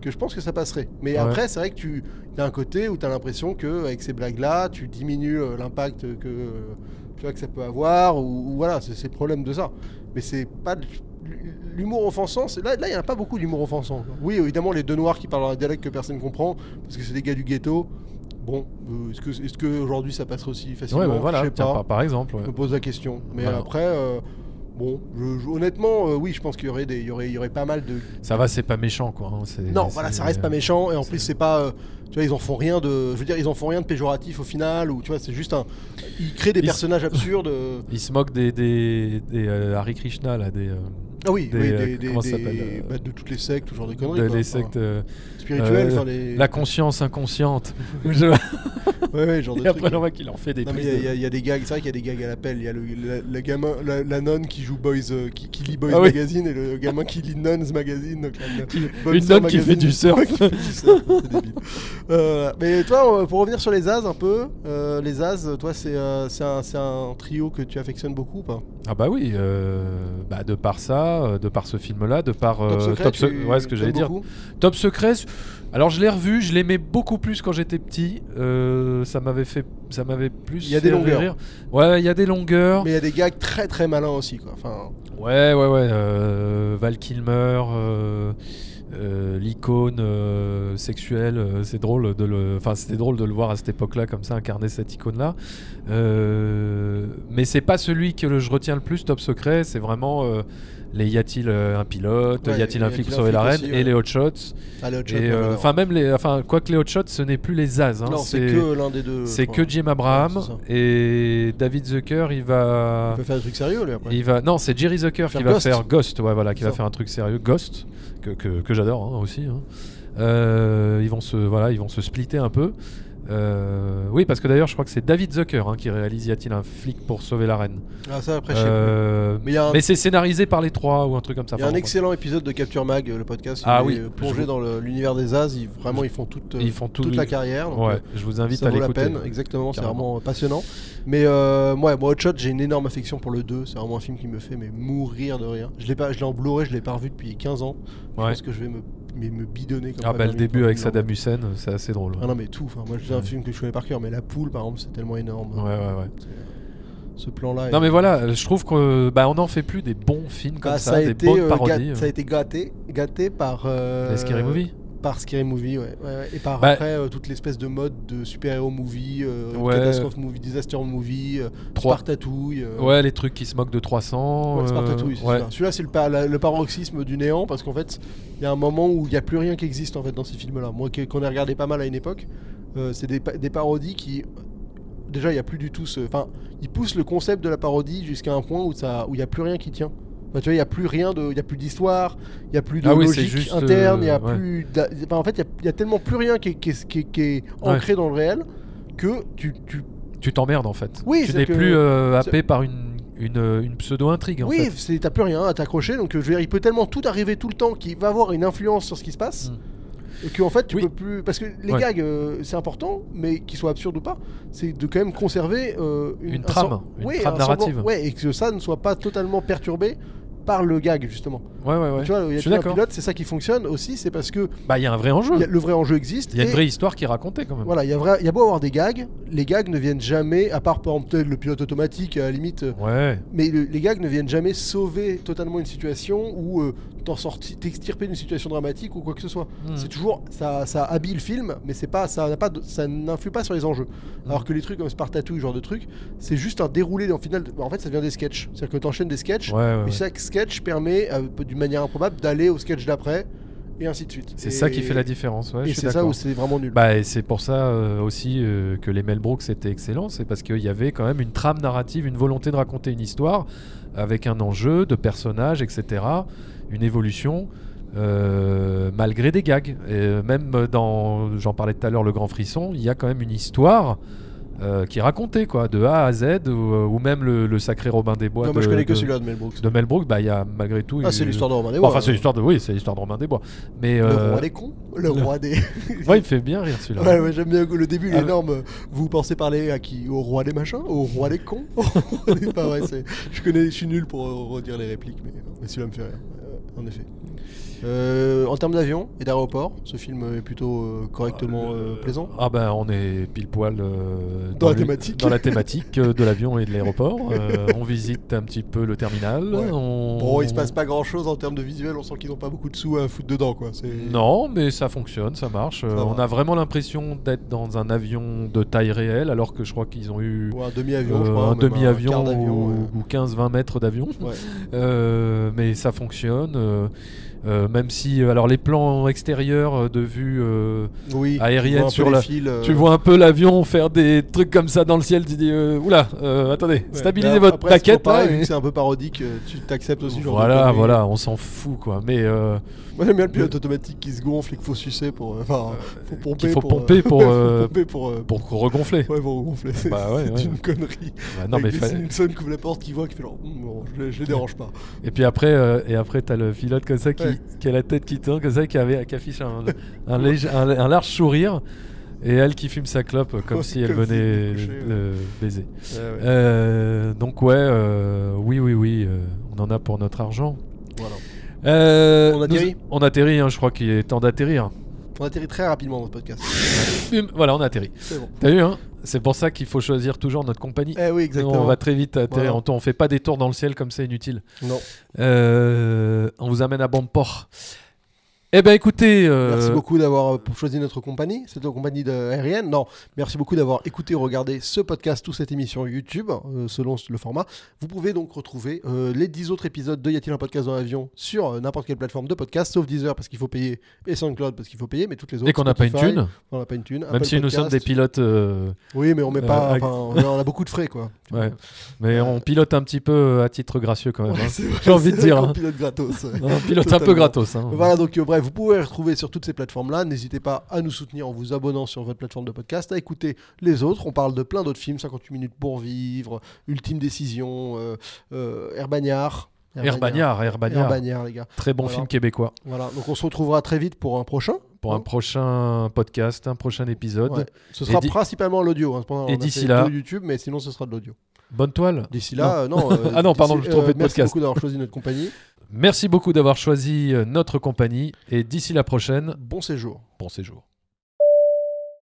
D: que je pense que ça passerait. Mais
E: Ouais.
D: après, c'est vrai que tu as un côté où tu as l'impression que avec ces blagues-là, tu diminues euh, l'impact que euh, tu vois que ça peut avoir ou, ou voilà, c'est c'est le problème de ça. Mais c'est pas de- l'humour offensant. c'est- Là, là, il n'y en a pas beaucoup d'humour offensant. quoi. Oui, évidemment, les deux noirs qui parlent un dialecte que personne comprend parce que c'est des gars du ghetto. Bon, euh, est-ce que est-ce que aujourd'hui ça passerait aussi facilement
E: Ouais, bah, voilà,
D: Je sais
E: tiens,
D: pas
E: par, par exemple. ouais.
D: me pose la question. Mais
E: Voilà.
D: après, euh, Bon, je- je- honnêtement, euh, oui, je pense qu'il y aurait, des, il y aurait, il y aurait pas mal de.
E: Ça va, c'est pas méchant quoi. hein, c'est-
D: Non, voilà, ça reste pas méchant. Et en plus, c'est pas. euh, tu vois, ils en font rien de. Je veux dire, ils en font rien de péjoratif au final. Ou tu vois, c'est juste un. Ils créent des
E: Ils-
D: personnages absurdes. euh,
E: Il se moque des, des, des, euh, Hare Krishna là, des, euh,
D: Ah oui,
E: Des,
D: oui,
E: euh,
D: des, des-
E: comment ça
D: des-
E: s'appelle, euh,
D: bah, de toutes les sectes, toujours des conneries.
E: des-
D: quoi.
E: des
D: Enfin,
E: sectes euh,
D: spirituelles,
E: euh,
D: enfin les.
E: la conscience inconsciente. Je-
D: Ouais, ouais, genre de
E: Et après
D: trucs.
E: on voit qu'il en fait des
D: Non, mais
E: prises
D: il y a-
E: de-
D: il y, a- il y a des gags, c'est vrai qu'il y a des gags à l'appel. Il y a le, la, la gamin, la, la nonne qui joue Boys, euh, qui, qui lit Boys
E: Ah oui. Ah
D: Magazine et le gamin qui lit Nuns Magazine. donc la- Bonne
E: Une
D: Sœur
E: nonne qui fait
D: Magazine.
E: du surf.
D: Qui fait du surf, c'est débile. Euh, mais toi, euh, pour revenir sur les As un peu, euh, les As, toi, c'est euh, c'est un, c'est un trio que tu affectionnes beaucoup ou pas
E: Ah bah oui, euh, bah de par ça, euh, de par ce film-là, de par euh,
D: tu
E: Sec- ouais, ce que
D: t'aimes
E: j'allais dire,
D: beaucoup
E: Top Secret. c- Alors je l'ai revu, je l'aimais beaucoup plus quand j'étais petit. euh, ça m'avait fait, ça m'avait plus.
D: Il y a des
E: fait
D: longueurs.
E: rire. Ouais, il y a des longueurs.
D: Mais il y a des gags très très malins aussi, quoi. Enfin,
E: Ouais, ouais, ouais. euh, Val Kilmer, euh, euh, l'icône euh, sexuelle, euh, c'est drôle de le, enfin c'était drôle de le voir à cette époque-là comme ça incarner cette icône-là. Euh, mais c'est pas celui que le- je retiens le plus Top Secret. C'est vraiment euh, les y a-t-il euh, un pilote,
D: Ouais,
E: y a-t-il un flic pour
D: un
E: sauver la reine
D: flic aussi,
E: et
D: ouais.
E: les hot shots.
D: allez, autre chose.
E: Et,
D: non,
E: euh,
D: non, non.
E: Enfin même les, enfin quoi que les hot shots, ce n'est plus les as. Hein,
D: non, c'est que l'un des deux.
E: c'est
D: je
E: que
D: crois.
E: Jim Abraham
D: Ouais, c'est ça.
E: et David Zucker, il va.
D: Il peut faire des trucs sérieux, lui, après.
E: Il va non, c'est Jerry Zucker qui
D: Faire
E: va
D: Ghost.
E: faire Ghost, ouais voilà, qui
D: C'est
E: va
D: ça.
E: faire un truc sérieux Ghost que, que- que j'adore hein, aussi. hein. Euh, ils vont se voilà, ils vont se splitter un peu. Euh, oui, parce que d'ailleurs, je crois que c'est David Zucker hein, qui réalise Y a-t-il un flic pour sauver la reine
D: Ah, ça, après, je sais plus.
E: Euh,
D: Mais il y a un-
E: Mais c'est scénarisé par les trois ou un truc comme ça.
D: Il y a un
E: Enfin, bon,
D: excellent épisode de Capture Mag, le podcast.
E: Ah
D: il
E: oui,
D: est
E: je
D: Plongé
E: vous-
D: dans le- l'univers des As, ils, vraiment, ils font toute, euh,
E: Ils font tout
D: toute
E: le-
D: la carrière. donc,
E: ouais,
D: euh,
E: je vous invite
D: ça
E: à
D: vaut la
E: l'écouter. euh,
D: peine, exactement, c'est
E: carrément.
D: vraiment passionnant. Mais euh, moi, moi, Hot Shot, j'ai une énorme affection pour le 2, c'est vraiment un film qui me fait mais mourir de rien. Je l'ai pas, je l'ai en Blu-ray, je l'ai pas revu depuis 15 ans. Je
E: Ouais.
D: pense que je vais me, mais me bidonner comme
E: Ah
D: pas
E: bah le
D: permis,
E: début
D: quoi.
E: avec Saddam Hussein, c'est assez drôle. ouais.
D: Ah non mais tout, enfin, moi je dis un film que je connais par cœur, mais La Poule par exemple c'est tellement énorme.
E: Ouais, ouais, ouais.
D: Ce plan-là.
E: Non
D: est-
E: mais voilà, euh, je trouve que bah on en fait plus des bons films comme
D: Ah,
E: ça,
D: a
E: des
D: été,
E: bonnes
D: euh,
E: parodies.
D: gât- ça a été gâté, gâté par. euh,
E: Les Scary Movie.
D: Par Scary Movie, ouais. ouais, ouais. Et par
E: Bah-
D: après euh, toute l'espèce de mode de super-héros movie, euh,
E: Ouais.
D: catastrophe movie, disaster movie, euh,
E: Trois-
D: Spartatouille. euh,
E: Ouais, les trucs qui se moquent de 300.
D: Ouais,
E: euh,
D: Spartatouille, c'est
E: ouais.
D: celui-là. Celui-là, c'est le, par- la- le paroxysme du néant parce qu'en fait, il y a un moment où il n'y a plus rien qui existe en fait dans ces films-là. Moi, que- qu'on a regardé pas mal à une époque, euh, c'est des, pa- des parodies qui. Déjà, il n'y a plus du tout ce. Enfin, ils poussent le concept de la parodie jusqu'à un point où ça où il n'y a plus rien qui tient. Enfin, tu vois, il n'y a plus rien de. Il n'y a plus d'histoire, il n'y a plus de
E: Ah oui, c'est
D: logique
E: juste,
D: interne, il n'y a
E: euh, ouais.
D: plus. d'a- enfin, en fait, il y a- il n'y a, tellement plus rien qui est, qui est- qui est- qui est ancré dans le réel que tu. tu...
E: Tu t'emmerdes en fait.
D: Oui,
E: tu
D: c'est
E: n'es
D: que-
E: plus euh, happé
D: c'est-
E: par une, une, une pseudo-intrigue en
D: oui,
E: fait.
D: c'est- t'as plus rien à t'accrocher, donc euh, je veux dire, il peut tellement tout arriver tout le temps qu'il va avoir une influence sur ce qui se passe.
E: Mm.
D: Et que en fait, tu
E: Oui.
D: peux plus. Parce que les
E: Ouais.
D: gags, euh, c'est important, mais qu'ils soient absurdes ou pas, c'est de quand même conserver euh,
E: Une
D: un
E: trame,
D: sem-
E: une
D: Oui,
E: trame
D: un semblant-
E: narrative.
D: Ouais, et que ça ne soit pas totalement perturbé par le gag, justement.
E: Ouais, ouais, ouais.
D: Tu vois, il y
E: Je
D: a
E: suis
D: tout un
E: d'accord.
D: pilote, c'est ça qui fonctionne aussi, c'est parce que
E: Bah, il y a un vrai enjeu.
D: il y a- le vrai enjeu existe.
E: Il y a une
D: et-
E: vraie histoire qui est racontée quand même.
D: Voilà, il y, a vrai- il y a beau avoir des gags, les gags ne viennent jamais, à part par exemple, peut-être le pilote automatique, à la limite, euh,
E: Ouais.
D: mais le- les gags ne viennent jamais sauver totalement une situation ou euh, t'en sorti- t'extirper d'une situation dramatique ou quoi que ce soit.
E: Mhm.
D: C'est toujours ça, ça habille le film, mais c'est pas ça n'a pas de- ça n'influe pas sur les enjeux.
E: Hmm.
D: Alors que les trucs comme Spartatouille, genre de trucs, c'est juste un déroulé. En final, en fait, ça devient des sketchs. C'est-à-dire que t'enchaînes des sketchs
E: Ouais, ouais,
D: et
E: ouais.
D: chaque sketch permet, euh, d'une manière improbable, d'aller au sketch d'après et ainsi de suite.
E: C'est
D: Et-
E: ça qui fait la différence. Ouais, je
D: et
E: suis
D: c'est ça
E: d'accord.
D: où c'est vraiment nul.
E: Bah, et c'est pour ça euh, aussi euh, que les Mel Brooks étaient excellents, c'est parce qu'il y avait quand même une trame narrative, une volonté de raconter une histoire avec un enjeu de personnages, etc., une évolution. euh, malgré des gags, Et, euh, même dans, j'en parlais tout à l'heure, le Grand Frisson, il y a quand même une histoire euh, qui est racontée, quoi, de A à Z, ou, euh, ou même le, le sacré Robin des Bois.
D: non, moi je
E: de-
D: connais que
E: de-
D: celui-là de Mel Brooks.
E: bah, de Mel Brooks, bah il y a malgré tout.
D: Ah, c'est
E: euh,
D: l'histoire de Romain des
E: bon,
D: Bois.
E: enfin, c'est l'histoire de, oui, c'est l'histoire de Robin des Bois. Mais
D: Le
E: euh,
D: roi des cons, le
E: le-
D: roi des.
E: ouais, il me fait bien rire celui-là.
D: Ouais, ouais, j'aime bien le début, il est
E: Ah,
D: énorme. Vous pensez parler à qui Au roi des machins Au roi des cons Au roi des- Pas vrai, c'est- je connais, je suis nul pour euh, redire les répliques, mais, mais celui-là me fait rire, euh, en effet. Euh, en termes d'avion et d'aéroport, ce film est plutôt euh, correctement euh, plaisant.
E: Ah ben on est pile poil euh,
D: Dans la
E: le-
D: thématique.
E: dans la thématique, euh, de l'avion et de l'aéroport. Euh, on visite un petit peu le terminal.
D: Ouais.
E: on-
D: Bon, il se passe pas grand chose en termes de visuel, on sent qu'ils ont pas beaucoup de sous à foutre dedans quoi. C'est-
E: Non, mais ça fonctionne, ça marche. Euh,
D: va.
E: on a vraiment l'impression d'être dans un avion de taille réelle, alors que je crois qu'ils ont eu
D: Ou un demi-avion, je
E: euh,
D: crois,
E: un
D: même
E: demi-avion
D: quart d'avion,
E: ou,
D: ouais.
E: ou 15-20 mètres d'avion.
D: Ouais.
E: Euh, mais ça fonctionne. euh, euh, même si, alors les plans extérieurs euh, de vue. euh,
D: Oui,
E: Aérienne
D: tu vois
E: sur
D: un peu les
E: la-
D: fils, euh,
E: Tu vois un peu l'avion faire des trucs comme ça dans le ciel, tu dis euh, oula, euh, attendez,
D: ouais.
E: stabilisez
D: Mais
E: votre
D: après, c'est toujours
E: plaquette.
D: pareil,
E: là,
D: vu
E: et-
D: que C'est un peu parodique, euh, tu t'acceptes aussi. ce genre de
E: Voilà,
D: conneries.
E: voilà, on s'en fout quoi. Mais euh,
D: Moi j'aime bien le pilote automatique qui se gonfle et qu'il faut sucer pour. euh, Enfin, faut pomper.
E: qu'il faut
D: pour, euh,
E: pomper pour, euh,
D: faut pomper pour. euh,
E: pour regonfler.
D: Ouais, pour gonfler. C'est
E: Bah ouais,
D: c'est
E: ouais.
D: une connerie.
E: Bah, non, mais
D: Avec des
E: fallait-
D: Simpsons qui ouvrent la porte, qui voit, qui fait genre, Hum, bon, je, les- je les dérange pas.
E: Et puis après, euh, et après t'as le pilote comme ça qui,
D: Ouais.
E: qui a la tête qui tourne comme ça, qui, avait, qui affiche un, un, léger- un- un large sourire. Et elle qui fume sa clope euh, comme
D: Ouais,
E: si elle
D: comme si
E: venait
D: elle était couchée,
E: de baiser.
D: Ouais, ouais.
E: Euh, donc ouais, euh, oui, oui, oui, euh, on en a pour notre argent.
D: Voilà.
E: Euh,
D: On atterrit
E: nous- On atterrit, hein, je crois qu'il est temps d'atterrir.
D: On atterrit très rapidement dans ce podcast.
E: Hum, Voilà, on atterrit.
D: C'est bon.
E: T'as vu, hein C'est pour ça qu'il faut choisir toujours notre compagnie.
D: Eh oui,
E: Nous,
D: exactement.
E: on va très vite atterrir.
D: Voilà.
E: On, on fait pas des tours dans le ciel comme c'est inutile.
D: Non.
E: Euh, on vous amène à bon port. Eh ben écoutez, euh,
D: Merci beaucoup d'avoir euh, choisi notre compagnie, cette compagnie de- aérienne. Non, merci beaucoup d'avoir écouté, regardé ce podcast ou cette émission YouTube, euh, selon le format. Vous pouvez donc retrouver euh, les 10 autres épisodes de Y a-t-il un podcast dans l'avion sur euh, n'importe quelle plateforme de podcast, sauf Deezer parce qu'il faut payer et SoundCloud parce qu'il faut payer, mais toutes les autres.
E: et qu'on n'a pas une
D: Spotify,
E: thune,
D: On n'a pas une thune.
E: même
D: Apple
E: si nous sommes
D: Podcast.
E: des pilotes, euh,
D: Oui, mais on met pas.
E: Euh,
D: enfin, on a- on a beaucoup de frais, quoi.
E: ouais. mais on pilote un petit peu à titre gracieux quand même. hein.
D: C'est vrai,
E: J'ai envie de
D: c'est vrai
E: dire,
D: qu'on
E: hein.
D: pilote gratos. ouais.
E: On pilote un peu
D: Totalement.
E: gratos. hein.
D: Voilà, donc euh, bref, vous pouvez retrouver sur toutes ces plateformes-là. N'hésitez pas à nous soutenir en vous abonnant sur votre plateforme de podcast, à écouter les autres. On parle de plein d'autres films 58 minutes pour vivre, Ultime décision, euh, euh, Herbagnard.
E: Herbagnard, Herbagnard,
D: Herbagnard, les gars.
E: très bon
D: Voilà.
E: film québécois.
D: Voilà, donc on se retrouvera très vite pour un prochain.
E: Pour un
D: Ouais.
E: prochain podcast, un prochain épisode.
D: Ouais. Ce sera
E: Et di-
D: principalement l'audio. hein. Pendant-
E: Et
D: on a
E: d'ici
D: fait
E: là-
D: deux YouTube, mais sinon ce sera de l'audio.
E: Bonne toile.
D: D'ici là, euh, non. euh,
E: Ah non, pardon,
D: d'ici-
E: je me trompais de
D: merci
E: podcast.
D: beaucoup d'avoir choisi notre compagnie.
E: Merci beaucoup d'avoir choisi euh, notre compagnie et d'ici la prochaine,
D: Bon séjour.
E: bon séjour.